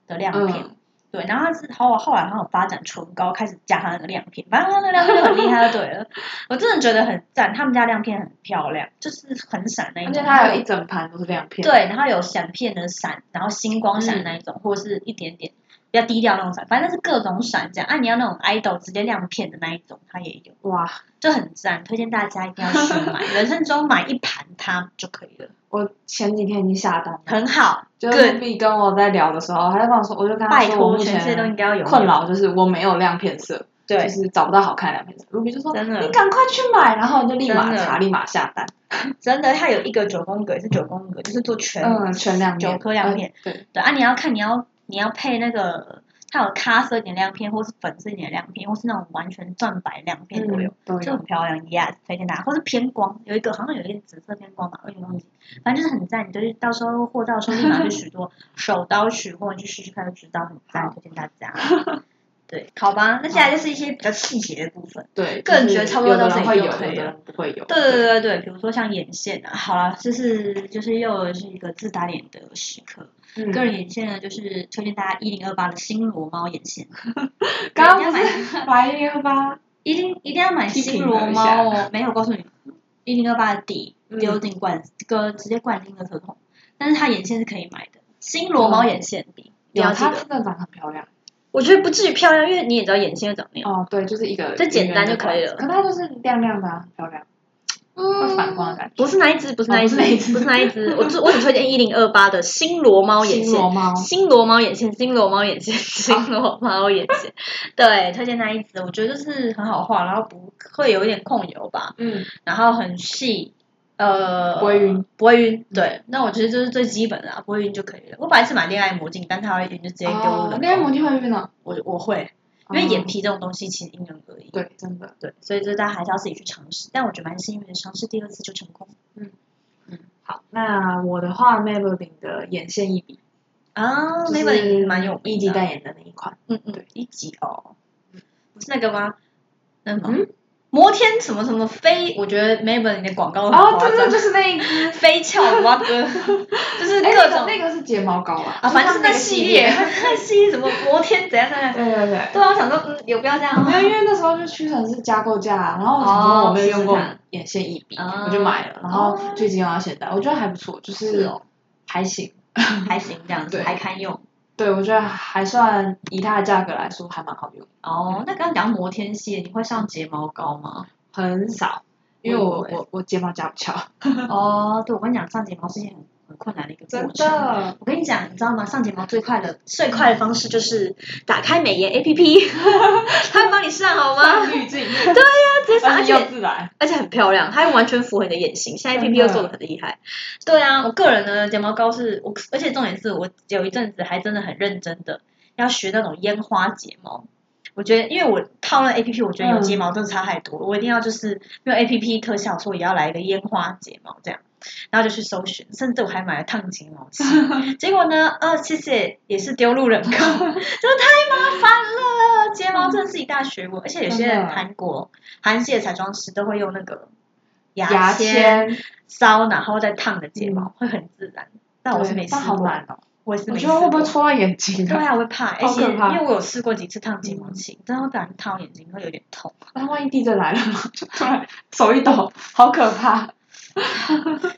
Speaker 1: 的亮片，
Speaker 2: 嗯，
Speaker 1: 对，然后他是后后来他有发展唇膏，开始加他那个亮片，反正他那个亮片就很厉害，就对了。 [LAUGHS] 我真的觉得很赞，他们家亮片很漂亮，就是很闪那一
Speaker 2: 而
Speaker 1: 种。
Speaker 2: 且它有一整盘都是亮片，
Speaker 1: 对，然后有闪片的闪，然后星光闪
Speaker 2: 嗯
Speaker 1: 那一种，或者是一点点比较低调那种闪，反正是各种闪这样。啊，你要那种 idol 直接亮片的那一种，它也有，
Speaker 2: 哇，
Speaker 1: 就很赞，推荐大家一定要去买， [LAUGHS] 人生中买一盘它就可以了，
Speaker 2: 我前几天已经下单了，
Speaker 1: 很好，
Speaker 2: 就
Speaker 1: good
Speaker 2: 是 B 跟我在聊的时候，他就跟我说，我就跟他
Speaker 1: 拜
Speaker 2: 说我
Speaker 1: 托，
Speaker 2: 目
Speaker 1: 全世界都应
Speaker 2: 前
Speaker 1: 该要有
Speaker 2: 困扰就是我没有亮片色，
Speaker 1: 对
Speaker 2: 就是找不到好看的亮片色。Ruby 就说
Speaker 1: 真的
Speaker 2: 你赶快去买，然后我就立马
Speaker 1: 真的
Speaker 2: 查，立马下单，
Speaker 1: 真的，它有一个九宫格，也是九宫格，就是做全、
Speaker 2: 嗯，全亮片，
Speaker 1: 九颗亮片。
Speaker 2: 嗯，对，
Speaker 1: 对啊，你要看你要你要配那个，它有咖色一点亮片，或是粉色一点亮片，或是那种完全钻白亮片都有，
Speaker 2: 嗯，都
Speaker 1: 就
Speaker 2: 有
Speaker 1: 很，漂亮，yes，推，E 荐大家。或是偏光，有一个好像有一个紫色偏光吧，我有点忘记，反正就是很赞，你就是到时候货到的时候立马去取多手刀取货，你去试试看就知道，很赞，
Speaker 2: 好
Speaker 1: 推荐大家。对，好吧，那接下来就是一些比较细节的部分。
Speaker 2: 对，
Speaker 1: 个人
Speaker 2: 就是
Speaker 1: 觉得差不多
Speaker 2: 有
Speaker 1: 到
Speaker 2: 的
Speaker 1: 这
Speaker 2: 人
Speaker 1: 里
Speaker 2: 会
Speaker 1: 就
Speaker 2: 有，有
Speaker 1: 可以
Speaker 2: 的
Speaker 1: 了
Speaker 2: 人不会有，
Speaker 1: 对对对对对，比如说像眼线啊，好啦，就是就是又是一个自打脸的时刻。
Speaker 2: 对，
Speaker 1: 个
Speaker 2: 嗯，
Speaker 1: 人眼线呢，就是推荐大家一零二八的新罗猫眼线，
Speaker 2: 刚
Speaker 1: 对一定
Speaker 2: 刚不
Speaker 1: 要
Speaker 2: 是白月吧？
Speaker 1: 一定一定要买
Speaker 2: 批
Speaker 1: 新
Speaker 2: 评
Speaker 1: 罗
Speaker 2: 了一
Speaker 1: 猫
Speaker 2: 下
Speaker 1: 哦。没有，我告诉你，一零二八的底
Speaker 2: 嗯
Speaker 1: 丢进罐个直接灌进个车桶，但是它眼线是可以买的，新罗猫眼线笔，一定
Speaker 2: 有，
Speaker 1: 要记
Speaker 2: 它
Speaker 1: 得。
Speaker 2: 真的长得很漂亮。
Speaker 4: 嗯我觉得不至于漂亮，因为你也知道眼线会长那样。
Speaker 2: 哦，对，就是一个
Speaker 4: 这简单就可以
Speaker 2: 圆圆的
Speaker 4: 了
Speaker 2: 管子可它就是亮亮的、啊，很漂亮，会反光的感觉。
Speaker 4: 不是那一只，不是那一只，
Speaker 2: 哦不是那一只
Speaker 4: 不是那一
Speaker 1: [LAUGHS]
Speaker 4: 只。我只我只推荐一零二八的新罗猫眼
Speaker 2: 新
Speaker 4: 线
Speaker 2: 罗，猫，
Speaker 4: 新罗猫眼线，新罗猫眼线，新罗猫眼线。
Speaker 1: 对，推荐那一支，我觉得就是很好画，然后不会有一点控油吧，
Speaker 2: 嗯，
Speaker 1: 然后很细，呃，
Speaker 2: 不会晕，
Speaker 1: 不会晕。对，那我觉得这是最基本的啊，不会晕就可以了。我本来是买恋爱魔镜，但它会晕就直接丢冷
Speaker 2: 哦
Speaker 1: 冻。
Speaker 2: 那些魔镜会晕哦，
Speaker 1: 我我会，因为眼
Speaker 2: 哦
Speaker 1: 皮这种东西其实因人而异。
Speaker 2: 对，真的，
Speaker 1: 对，所以就是大家还是要自己去尝试。但我觉得蛮幸运的，尝试第二次就成功
Speaker 2: 好，那我的话，Maybelline 的眼线一笔，
Speaker 1: 啊。
Speaker 2: 就
Speaker 1: 那
Speaker 2: 是
Speaker 1: 本也蛮有
Speaker 2: 一
Speaker 1: 名
Speaker 2: 级
Speaker 1: 的啊，
Speaker 2: 代言的那一款，
Speaker 1: 嗯嗯
Speaker 2: 对，
Speaker 1: 一级哦，不是那个吗？那什么
Speaker 2: 嗯，
Speaker 1: 摩天什么什么飞，我觉得 Maybelline 的广告很
Speaker 2: 哦，
Speaker 1: 夸
Speaker 2: 对对，
Speaker 1: 张，
Speaker 2: 就是那一支，
Speaker 1: 飞翘蛙
Speaker 2: [LAUGHS]
Speaker 1: 哥，就是
Speaker 2: 哎，
Speaker 1: 各
Speaker 2: 那
Speaker 1: 种
Speaker 2: 个那个是睫毛膏啊，
Speaker 1: 啊，反正是
Speaker 2: 就
Speaker 1: 那
Speaker 2: 是
Speaker 1: 系列，， [LAUGHS] 那系列什么摩天怎样怎样。
Speaker 2: 对对对。
Speaker 1: 对啊，我想说，嗯，有必要这样
Speaker 2: 没有，
Speaker 1: 吗？
Speaker 2: 因为那时候就屈臣氏加购价，然后我想说我没有用
Speaker 1: 哦
Speaker 2: 过
Speaker 1: 试试看
Speaker 2: 眼线一笔，
Speaker 1: 哦
Speaker 2: 我就买了，然后就一直用到现在，我觉得还不错，就是
Speaker 1: 哦
Speaker 2: 还行。
Speaker 1: 还行，这样子
Speaker 2: 对
Speaker 1: 还堪用。
Speaker 2: 对，我觉得还算以它的价格来说还蛮好用，
Speaker 1: 哦，那刚刚讲摩天系列，你会上睫毛膏吗？
Speaker 2: 很少，因为
Speaker 1: 我以
Speaker 2: 我
Speaker 1: 为
Speaker 2: 我我睫毛夹不翘。
Speaker 1: 哦，对，我跟你讲，上睫毛是一件很
Speaker 5: 很困难的一个
Speaker 2: 嗯真
Speaker 5: 过程。
Speaker 2: 的，
Speaker 1: 我跟你讲，你知道吗？上睫毛最快的最快的方式就是打开美颜
Speaker 2: [LAUGHS]
Speaker 1: APP，它会帮你上好吗？ [LAUGHS]
Speaker 2: 上滤镜，
Speaker 1: 它直接上，
Speaker 2: 而
Speaker 1: 而
Speaker 2: 且又
Speaker 1: 且
Speaker 2: 自然，
Speaker 1: 而且很漂亮，它完全符合你的眼型。现在 A P
Speaker 2: 真
Speaker 1: P
Speaker 2: 的
Speaker 1: 又做的很厉害。对啊，我个人呢，睫毛膏是我，而且重点是我有一阵子还真的很认真的要学那种烟花睫毛。我觉得，因为我靠了 A P P，我觉得有
Speaker 2: 嗯
Speaker 1: 睫毛真的差太多了，我一定要就是用 A P P 特效，说也要来一个烟花睫毛这样，然后就去搜寻，甚至我还买了烫睫
Speaker 2: [LAUGHS]
Speaker 1: 毛器，结果呢，呃，谢谢也是丢路人口，真的太麻烦了，睫毛真的是一大学问，而且有些
Speaker 2: 真
Speaker 1: 人
Speaker 2: 的
Speaker 1: 韩国韩系的彩妆师都会用那个
Speaker 2: 牙
Speaker 1: 签
Speaker 2: 签，嗯
Speaker 1: 搔，然后再烫的睫毛，会很自然。但我是没
Speaker 2: 对
Speaker 1: 试
Speaker 2: 但好
Speaker 1: 过，
Speaker 2: 难哦。
Speaker 1: 我是
Speaker 2: 我
Speaker 1: 没试
Speaker 2: 觉得
Speaker 1: 过。
Speaker 2: 会不会戳到眼睛
Speaker 1: 对
Speaker 2: 啊？
Speaker 1: 啊，我会怕，而且
Speaker 2: 好可怕嗯
Speaker 1: 因为我有试过几次烫睫毛器，真的会不然烫到眼睛会有点痛。
Speaker 2: 那万一地震来了，就突然手一抖，好可怕。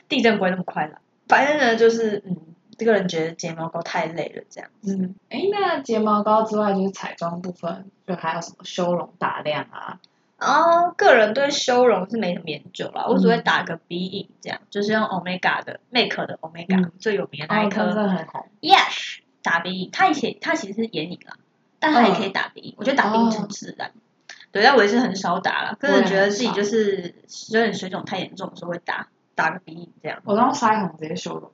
Speaker 1: 地震不会那么快啦，反正呢就是嗯，这个人觉得睫毛膏太累了，这样。
Speaker 2: 嗯，哎，那睫毛膏之外就是彩妆部分，就还有什么修容打亮啊？
Speaker 1: 哦，个人对修容是没什么研究啦，我只会
Speaker 2: 嗯
Speaker 1: 打个鼻影，这样就是用 Omega 的 Make 的 Omega、
Speaker 2: 嗯
Speaker 1: 最有名的那一
Speaker 2: 哦真
Speaker 1: 颗
Speaker 2: 的很红，
Speaker 1: Yes 打鼻影，它以前它其实是眼影啦，但它也
Speaker 2: 嗯
Speaker 1: 可以打鼻影，我觉得打鼻影很自然。对，但我也是很少打了，个
Speaker 2: 哦我
Speaker 1: 人
Speaker 2: 也
Speaker 1: 觉得
Speaker 2: 很
Speaker 1: 自己
Speaker 2: 少
Speaker 1: 就是有点水肿太严重，所以会打打个鼻影这样。
Speaker 2: 我都用腮红直接修容，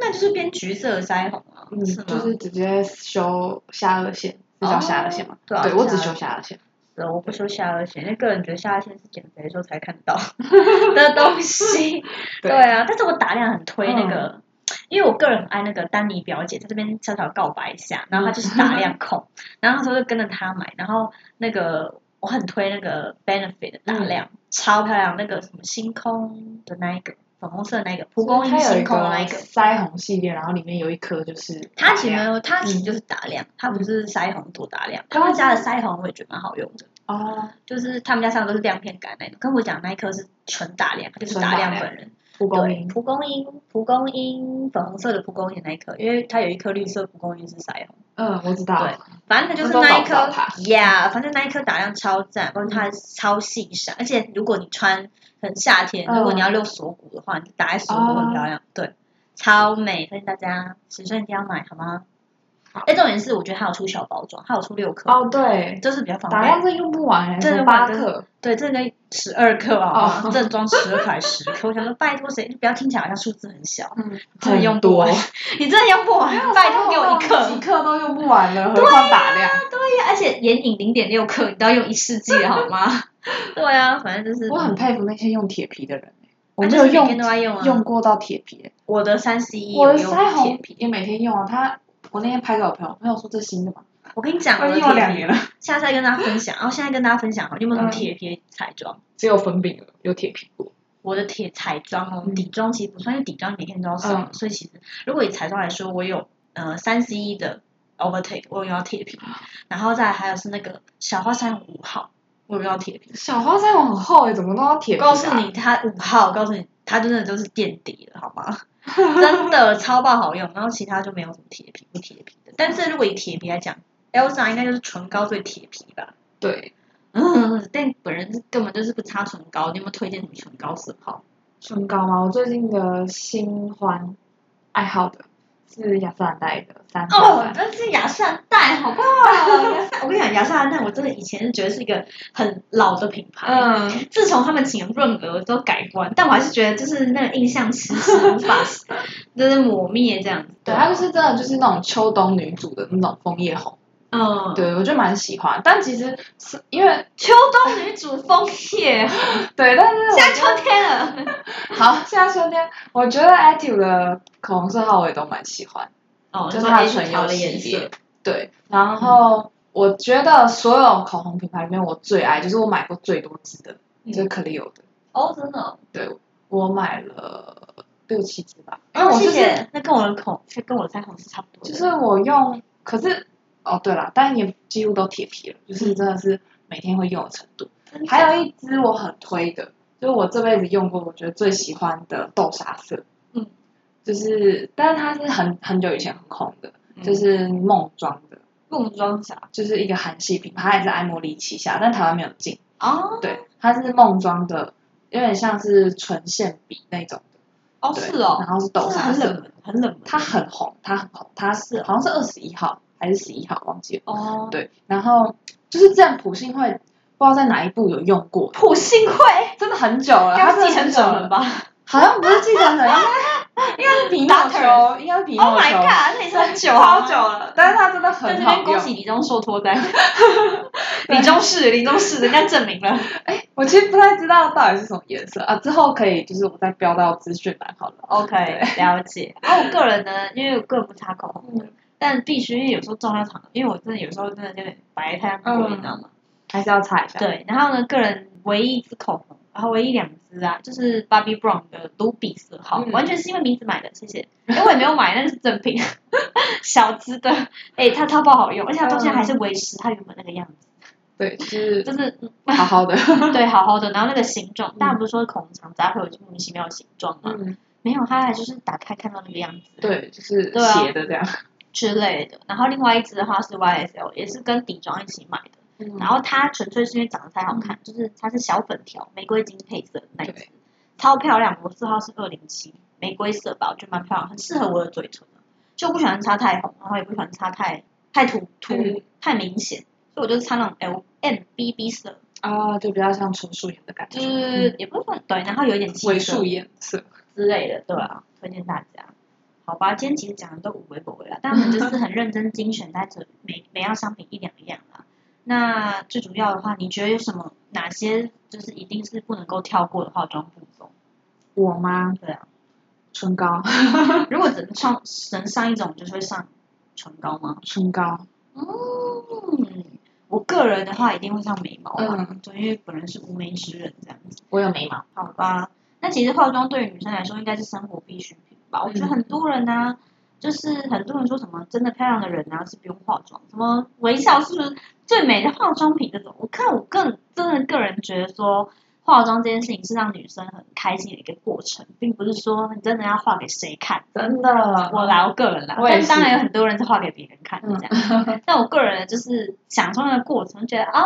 Speaker 1: 那就是偏橘色的腮红啊，
Speaker 2: 嗯，
Speaker 1: 是吗？
Speaker 2: 就是直接修下颚线，是叫下颚线吗？
Speaker 1: 对啊
Speaker 2: 对，我只
Speaker 1: 下颚
Speaker 2: 修下颚线。
Speaker 1: 对，我不修下颚线，因为个人觉得下颚线是减肥的时候才看
Speaker 2: [LAUGHS]
Speaker 1: 到的东西。对啊，但是我打量很推那
Speaker 2: 嗯
Speaker 1: 个，因为我个人很爱那个丹妮表姐，在这边小小告白一下，然后她就是打量控，
Speaker 2: 嗯
Speaker 1: 然后那时候就跟着她买，然后那个我很推那个 Benefit 的打
Speaker 2: 嗯
Speaker 1: 量，超漂亮，那个什么星空的那一个粉红色的那一个蒲公英
Speaker 2: 它有
Speaker 1: 星
Speaker 2: 一个
Speaker 1: 空的那一个。
Speaker 2: 腮红系列，然后里面有一颗就是
Speaker 1: 它其实没
Speaker 2: 打亮
Speaker 1: 有，它其实就是打亮，它不是腮红做打亮。他
Speaker 2: 嗯
Speaker 1: 们家的腮红我也觉得蛮好用的，
Speaker 2: 哦，
Speaker 1: 就是他们家上的都是亮片感那种，跟我讲那一颗是纯打亮，它就是
Speaker 2: 纯
Speaker 1: 打
Speaker 2: 打
Speaker 1: 亮
Speaker 2: 亮
Speaker 1: 本人。
Speaker 2: 蒲公
Speaker 1: 对
Speaker 2: 英，
Speaker 1: 蒲公英，蒲公英，粉红色的蒲公英那一颗，因为它有一颗绿色蒲公英是腮红，
Speaker 2: 嗯，我知道，
Speaker 1: 对反正就是
Speaker 2: 那都
Speaker 1: 那一
Speaker 2: 找不到
Speaker 1: 颗
Speaker 2: 它嗯
Speaker 1: ，Yeah，反正那一颗打量超赞，而且它超细闪，而且如果你穿，可能夏天，
Speaker 2: 嗯哦
Speaker 1: 如果你要露锁骨的话，你打在锁骨会很漂亮，对，超美，推荐大家尺寸一定要买好吗？
Speaker 2: 好
Speaker 1: 哎，重点是我觉得它有出小包装，它有出六颗，
Speaker 2: 哦对，
Speaker 1: 就是比较方
Speaker 2: 打
Speaker 1: 便
Speaker 2: 亮。这用不完欸，
Speaker 1: 这
Speaker 2: 什
Speaker 1: 用
Speaker 2: 么
Speaker 1: 不完
Speaker 2: 八
Speaker 1: 真
Speaker 2: 克，
Speaker 1: 对，这个十二克啊，[LAUGHS]
Speaker 2: 哦
Speaker 1: 正装十二克还是十克？我想说，拜托谁，不要听起来好像数字很小，
Speaker 2: 嗯，
Speaker 1: 真的用
Speaker 2: 很
Speaker 1: 不
Speaker 2: 多
Speaker 1: 完， [LAUGHS] 你真的用不完， [LAUGHS] 拜托给我
Speaker 2: [LAUGHS]
Speaker 1: 一克。
Speaker 2: 几克都用不完了，何况打量？
Speaker 1: 对呀，而且眼影零点六克，你都要用一世纪了好吗？ [LAUGHS] 对啊，反正就是
Speaker 2: 我很佩服那些用铁皮的人欸，我
Speaker 1: 反
Speaker 2: 没
Speaker 1: 正
Speaker 2: 有
Speaker 1: 就是每
Speaker 2: 用
Speaker 1: 天都在用啊。
Speaker 2: 用过到铁皮欸，
Speaker 1: 我的三 C 一，
Speaker 2: 我的
Speaker 1: 用
Speaker 2: 腮
Speaker 1: 铁
Speaker 2: 红
Speaker 1: 皮。
Speaker 2: 也每天用啊。他我那天拍给我朋友，朋友说这新的嘛，
Speaker 1: 我跟你讲，我的
Speaker 2: 用
Speaker 1: 铁
Speaker 2: 了两
Speaker 1: 皮
Speaker 2: 年了，
Speaker 1: 下次再跟大家分享。然后现在跟大家分享，好，你有没有用
Speaker 2: 嗯
Speaker 1: 铁皮彩妆？
Speaker 2: 只有粉饼了，有铁皮过。
Speaker 1: 我的铁彩妆哦，
Speaker 2: 嗯
Speaker 1: 底妆其实不算，因为底妆每天都要上，
Speaker 2: 嗯
Speaker 1: 所以其实如果以彩妆来说，我有呃三 C 一的 Overtake，我有用到铁皮，
Speaker 2: 啊
Speaker 1: 然后再来还有是那个小花山五号，我有用到铁皮。
Speaker 2: 小花腮红很厚诶，怎么都要铁皮？啊
Speaker 1: 告诉，你，它五号，告诉你，它真的就是垫底了，好吗？ [LAUGHS] 真的超爆好用，然后其他就没有什么铁皮不铁皮的。但是如果以铁皮来讲，Elsa 应该就是唇膏最铁皮吧。
Speaker 2: 对，
Speaker 1: 嗯，但本人是根本就是不擦唇膏，你有没有推荐什么唇膏色号？
Speaker 2: 唇膏吗？我最近的新欢爱好的是雅诗兰黛的三三
Speaker 1: 哦，
Speaker 2: 三，
Speaker 1: 真是雅诗兰黛，好不好？雅诗 [LAUGHS] 兰，我跟你讲，雅诗兰黛，我真的以前是觉得是一个很老的品牌，
Speaker 2: 嗯，
Speaker 1: 自从他们请了润娥都改观，但我还是觉得就是那个印象迟迟无法，就是抹灭这样子。
Speaker 2: 对，它就是真的就是那种秋冬女主的那种枫叶红，
Speaker 1: 嗯，
Speaker 2: 对我就蛮喜欢。但其实是因为
Speaker 1: 秋冬女主枫叶， [LAUGHS]
Speaker 2: 对，但是我
Speaker 1: 现在秋天了。
Speaker 2: 好，现在春天，我觉得 Etude 的口红色号我也都蛮喜欢，
Speaker 1: 哦
Speaker 2: 就是它的唇
Speaker 1: 调
Speaker 2: 釉
Speaker 1: 的颜
Speaker 2: 系
Speaker 1: 色
Speaker 2: 列。。对，然后我觉得所有口红品牌里面，我最爱就是我买过最多支的，
Speaker 1: 嗯
Speaker 2: 就是 Clio 的，
Speaker 1: 哦，真的哦。
Speaker 2: 我买了六七支吧，因为
Speaker 1: 哦，
Speaker 2: 我
Speaker 1: 谢
Speaker 2: 就是
Speaker 1: 谢。那跟我的口，跟我的腮红是差不多的。
Speaker 2: 就是我用，可是哦对了，但也几乎都铁皮了，
Speaker 1: 嗯
Speaker 2: 就是真的是每天会用的程度。
Speaker 1: 真的
Speaker 2: 还有一支我很推的，就是我这辈子用过我觉得最喜欢的豆沙色，
Speaker 1: 嗯，
Speaker 2: 就是，但是它是很很久以前很红的，
Speaker 1: 嗯
Speaker 2: 就是梦妆的，
Speaker 1: 梦妆啥？
Speaker 2: 就是一个韩系品牌，它也是爱茉莉旗下，但台湾没有进。
Speaker 1: 哦，
Speaker 2: 对，它是梦妆的，有点像是唇线笔那种的，
Speaker 1: 哦，
Speaker 2: 对
Speaker 1: 是哦，
Speaker 2: 然后是豆
Speaker 1: 是
Speaker 2: 沙
Speaker 1: 很冷
Speaker 2: 色，
Speaker 1: 门，很冷门。
Speaker 2: 它很红，它很红，它是好像是二十一号还是十一号，忘记了。
Speaker 1: 哦，
Speaker 2: 对，然后就是这样，普信会不知道在哪一部有用过，哎
Speaker 1: 普信会，
Speaker 2: 真的很久了，
Speaker 1: 该
Speaker 2: 它
Speaker 1: 不
Speaker 2: 真的
Speaker 1: 是继承
Speaker 2: 很久
Speaker 1: 者
Speaker 2: 了
Speaker 1: 们？吧
Speaker 2: 好像不是继承者，应该应该是皮诺
Speaker 1: Doctor
Speaker 2: 丘，应该是皮诺丘。
Speaker 1: ？Oh my god，那也是很久
Speaker 2: 超
Speaker 1: 啊，
Speaker 2: 久了，但是它真
Speaker 1: 在
Speaker 2: 的很
Speaker 1: 这
Speaker 2: 好
Speaker 1: 边恭
Speaker 2: 用。
Speaker 1: 喜李钟硕脱单， [LAUGHS] 李钟士，李钟士，人家证明了。
Speaker 2: 哎，我其实不太知道到底是什么颜色啊，之后可以就是我再标到资讯栏好了。
Speaker 1: OK，了解。然后我个人呢，因为我个人不擦口红的，但必须因为有时候撞到场，因为我真的有时候真的有点白太阳过，啊
Speaker 2: 嗯
Speaker 1: 你知道吗？
Speaker 2: 还是要擦一下。
Speaker 1: 对，然后呢，个人唯一一支口红，然后唯一两支啊，就是 Bobbi Brown 的卢比色号，
Speaker 2: 嗯
Speaker 1: 完全是因为名字买的，谢谢。因为我也没有买，那是正品， [LAUGHS] 小支的。哎、它超爆好用，而且它到现在还是维持它原本那个样子，
Speaker 2: 嗯对，就是 [LAUGHS]
Speaker 1: 就是嗯
Speaker 2: 好好的。
Speaker 1: 对，好好的。然后那个形状，大家不是说口红厂家会有莫名其妙的形状吗？
Speaker 2: 嗯，
Speaker 1: 没有，它还就是打开看到那个样子。
Speaker 2: [LAUGHS] 对，就是
Speaker 1: 对啊
Speaker 2: 斜的这样。
Speaker 1: 之类的。然后另外一支的话是 YSL，也是跟底妆一起买的。
Speaker 2: 嗯
Speaker 1: 然后它纯粹是因为长得太好看，就是它是小粉条，玫瑰金配色的那一支
Speaker 2: 对，
Speaker 1: 超漂亮。我色号是二零七，玫瑰色吧，我觉得蛮漂亮，很适合我的嘴唇啊。就不喜欢擦太红，然后也不喜欢擦太太突突、
Speaker 2: 嗯
Speaker 1: 太明显，所以我就擦那种 L M B B 色，
Speaker 2: 啊，就比较像纯素颜的感
Speaker 1: 就
Speaker 2: 觉，嗯
Speaker 1: 是也不是说对，然后有一点气
Speaker 2: 伪
Speaker 1: 色
Speaker 2: 素颜色。
Speaker 1: 之类的，对啊，推荐大家。好吧，今天其实讲的都无微不微啦，但我们就是很认真精选在这每每样商品一两样啦。那最主要的话，你觉得有什么哪些就是一定是不能够跳过的化妆步骤？
Speaker 2: 我吗？
Speaker 1: 对啊，
Speaker 2: 唇膏，
Speaker 1: 如果只能上能上一种，就是会上唇膏吗？
Speaker 2: 唇膏。
Speaker 1: 嗯，我个人的话一定会上眉毛啦，就因为本人是无眉之人这样子。
Speaker 2: 我有眉毛。
Speaker 1: 好吧，那其实化妆对于女生来说应该是生活必需品吧？我觉得
Speaker 2: 嗯
Speaker 1: 很多人呢、就是很多人说什么真的漂亮的人啊是不用化妆，什么微笑是最美的化妆品这种。我看我更真的个人觉得说，化妆这件事情是让女生很开心的一个过程，并不是说你真的要画给谁看。
Speaker 2: 真的。
Speaker 1: 我啦，我个人啦，
Speaker 2: 我也
Speaker 1: 但
Speaker 2: 是
Speaker 1: 当然有很多人是画给别人看的
Speaker 2: 嗯
Speaker 1: 这
Speaker 2: [LAUGHS]
Speaker 1: 样。但我个人就是享受那个过程，觉得啊，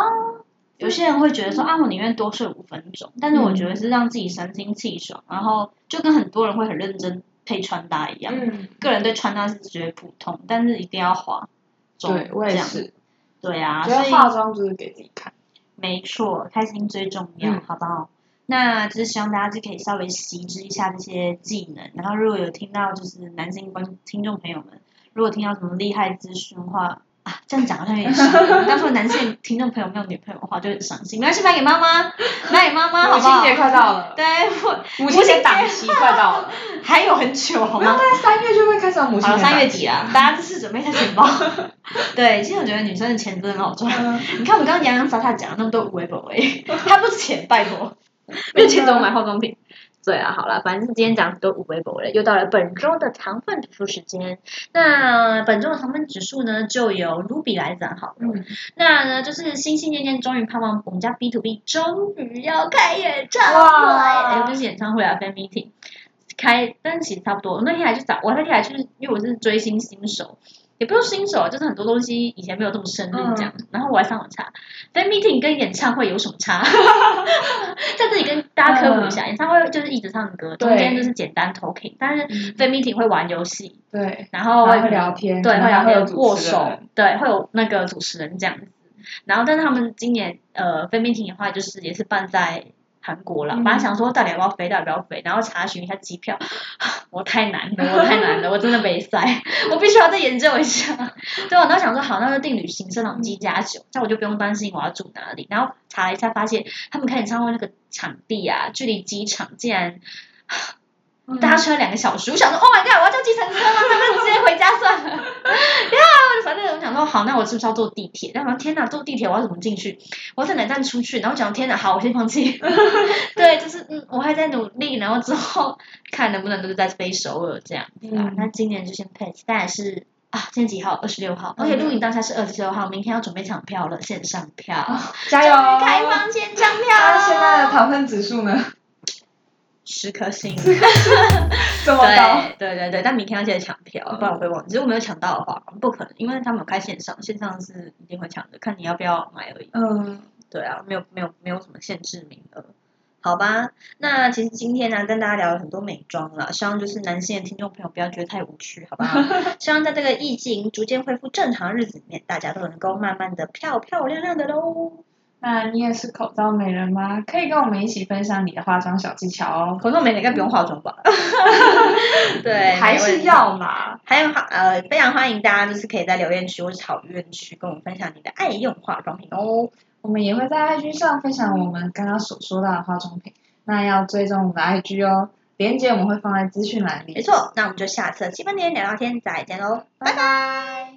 Speaker 1: 有些人会觉得说啊，我宁愿多睡五分钟，但是我觉得是让自己神清气爽，
Speaker 2: 嗯
Speaker 1: 然后就跟很多人会很认真配穿搭一样。
Speaker 2: 嗯，
Speaker 1: 个人对穿搭是觉得普通，但是一定要化妆。
Speaker 2: 对我也
Speaker 1: 这样。
Speaker 2: 是。
Speaker 1: 对啊，
Speaker 2: 觉
Speaker 1: 所
Speaker 2: 得
Speaker 1: 以
Speaker 2: 化妆就是给自己看。
Speaker 1: 没错，开心最重要，
Speaker 2: 嗯
Speaker 1: 好不好？那就是希望大家就可以稍微习知一下这些技能，然后如果有听到就是男性观听众朋友们，如果听到什么厉害资讯的话，啊，这样讲好像有点伤人。我刚说男性听众朋友没有女朋友的话就很伤心，没关系，卖给妈妈， [LAUGHS] 卖给妈妈，好
Speaker 2: 母
Speaker 1: 不好
Speaker 2: 亲？节快到了，
Speaker 1: 对，我
Speaker 2: 啊母亲节档期快到 [LAUGHS] 了，
Speaker 1: 还有很久，好
Speaker 2: 没有，
Speaker 1: 吗 [LAUGHS]
Speaker 2: 大？概三月就会开始有母亲
Speaker 1: 好了，
Speaker 2: 节。
Speaker 1: 三月底了，。大家就是准备一下钱 [LAUGHS] 包。对，其实我觉得女生的钱真的很好赚。
Speaker 2: 嗯，
Speaker 1: [LAUGHS] 你看我们刚刚洋洋洒洒讲了那么多微博
Speaker 6: [LAUGHS]
Speaker 1: 哎，还不是哦钱拜托，
Speaker 6: 没有钱怎么买化妆品？对啊，好了，反正今天讲的都无微博了，又到了本周的糖分指数时间。那本周的糖分指数呢，就由 Ruby 来讲好了。
Speaker 2: 嗯
Speaker 6: 那呢，就是心心念念终于盼望我们家 B to B 终于要开演唱会，
Speaker 2: 哇
Speaker 6: 哎，就是演唱会啊，fan meeting。开，但其实差不多。我那天还去找，我那天还去，因为我是追星新手，也不是新手，就是很多东西以前没有这么深入
Speaker 2: 嗯
Speaker 6: 这样。然后我还上网查，fan meeting 跟演唱会有什么差？ [LAUGHS] 在这里跟大家科普一
Speaker 2: 嗯
Speaker 6: 下，演唱会就是一直唱歌，中间就是简单 talking，但是 fan meeting 会玩游戏，
Speaker 2: 对，
Speaker 6: 然后
Speaker 2: 然后会聊天，
Speaker 6: 对，
Speaker 2: 可
Speaker 6: 会
Speaker 2: 能
Speaker 6: 聊
Speaker 2: 还会有
Speaker 6: 天
Speaker 2: 主
Speaker 6: 握
Speaker 2: 持
Speaker 6: 手
Speaker 2: 人，
Speaker 6: 对，会有那个主持人这样子。然后，但是他们今年呃 fan meeting 的话，就是也是办在韩国了。
Speaker 2: 嗯
Speaker 6: 本来想说到底要不要飞，到底要不要飞，然后查询一下机票，啊我太难了，我太难了，我真的没塞，我必须要再研究一下。对，我当时想说好，那就订旅行社那种机加酒，这样我就不用担心我要住哪里。然后查了一下，发现他们开演唱会那个场地啊，距离机场竟然搭
Speaker 2: 家
Speaker 6: 车两个小时，我想说，Oh my god，我要叫计程车吗？ [LAUGHS] 那不然直接回家算了。呀，我就反正我想说，好，那我是不是要坐地铁？然后天哪，坐地铁我要怎么进去？我要在哪站出去？然后讲天哪，好，我先放弃。 [LAUGHS] 对，就是嗯，我还在努力，然后之后看能不能就是再飞首尔这样子啊。
Speaker 2: 嗯
Speaker 6: 那今年就先 pass，但还是啊，今天几号？二十六号。而
Speaker 2: 嗯
Speaker 6: 且录影当下是二十六号，明天要准备抢票了，线上票。
Speaker 2: 加
Speaker 6: 终于
Speaker 2: 油！
Speaker 6: 开放线上票
Speaker 2: 那现在的
Speaker 6: 了，
Speaker 2: 糖分指数呢？
Speaker 6: 十颗 [LAUGHS] 星。
Speaker 2: 这么高？
Speaker 6: 对对对对，但明天要记得抢票，不然我会忘记。如果没有抢到的话，不可能，因为他们有开线上，线上是一定会抢的，看你要不要买而已。
Speaker 2: 嗯，
Speaker 6: 对啊，没有没有没有什么限制名额。
Speaker 1: 好吧，那其实今天呢、跟大家聊了很多美妆了，希望就是男性的听众朋友不要觉得太无趣， [LAUGHS] 好不好？希望在这个疫情逐渐恢复正常的日子里面，大家都能够慢慢的漂漂亮亮的喽。
Speaker 2: 那你也是口罩美人吗？可以跟我们一起分享你的化妆小技巧哦。
Speaker 1: 口罩美人应该不用化妆吧？ [LAUGHS] 对，
Speaker 2: 还
Speaker 1: 没问
Speaker 2: 是
Speaker 1: 题
Speaker 2: 要嘛。
Speaker 1: 还有呃，非常欢迎大家就是可以在留言区或是讨论区跟我们分享你的爱用化妆品哦。
Speaker 2: 我们也会在 IG 上分享我们刚刚所说到的化妆品，那要追踪我们的 IG 哦。链接我们会放在资讯栏里。
Speaker 1: 没错，那我们就下次的七分点聊聊天再见喽，拜拜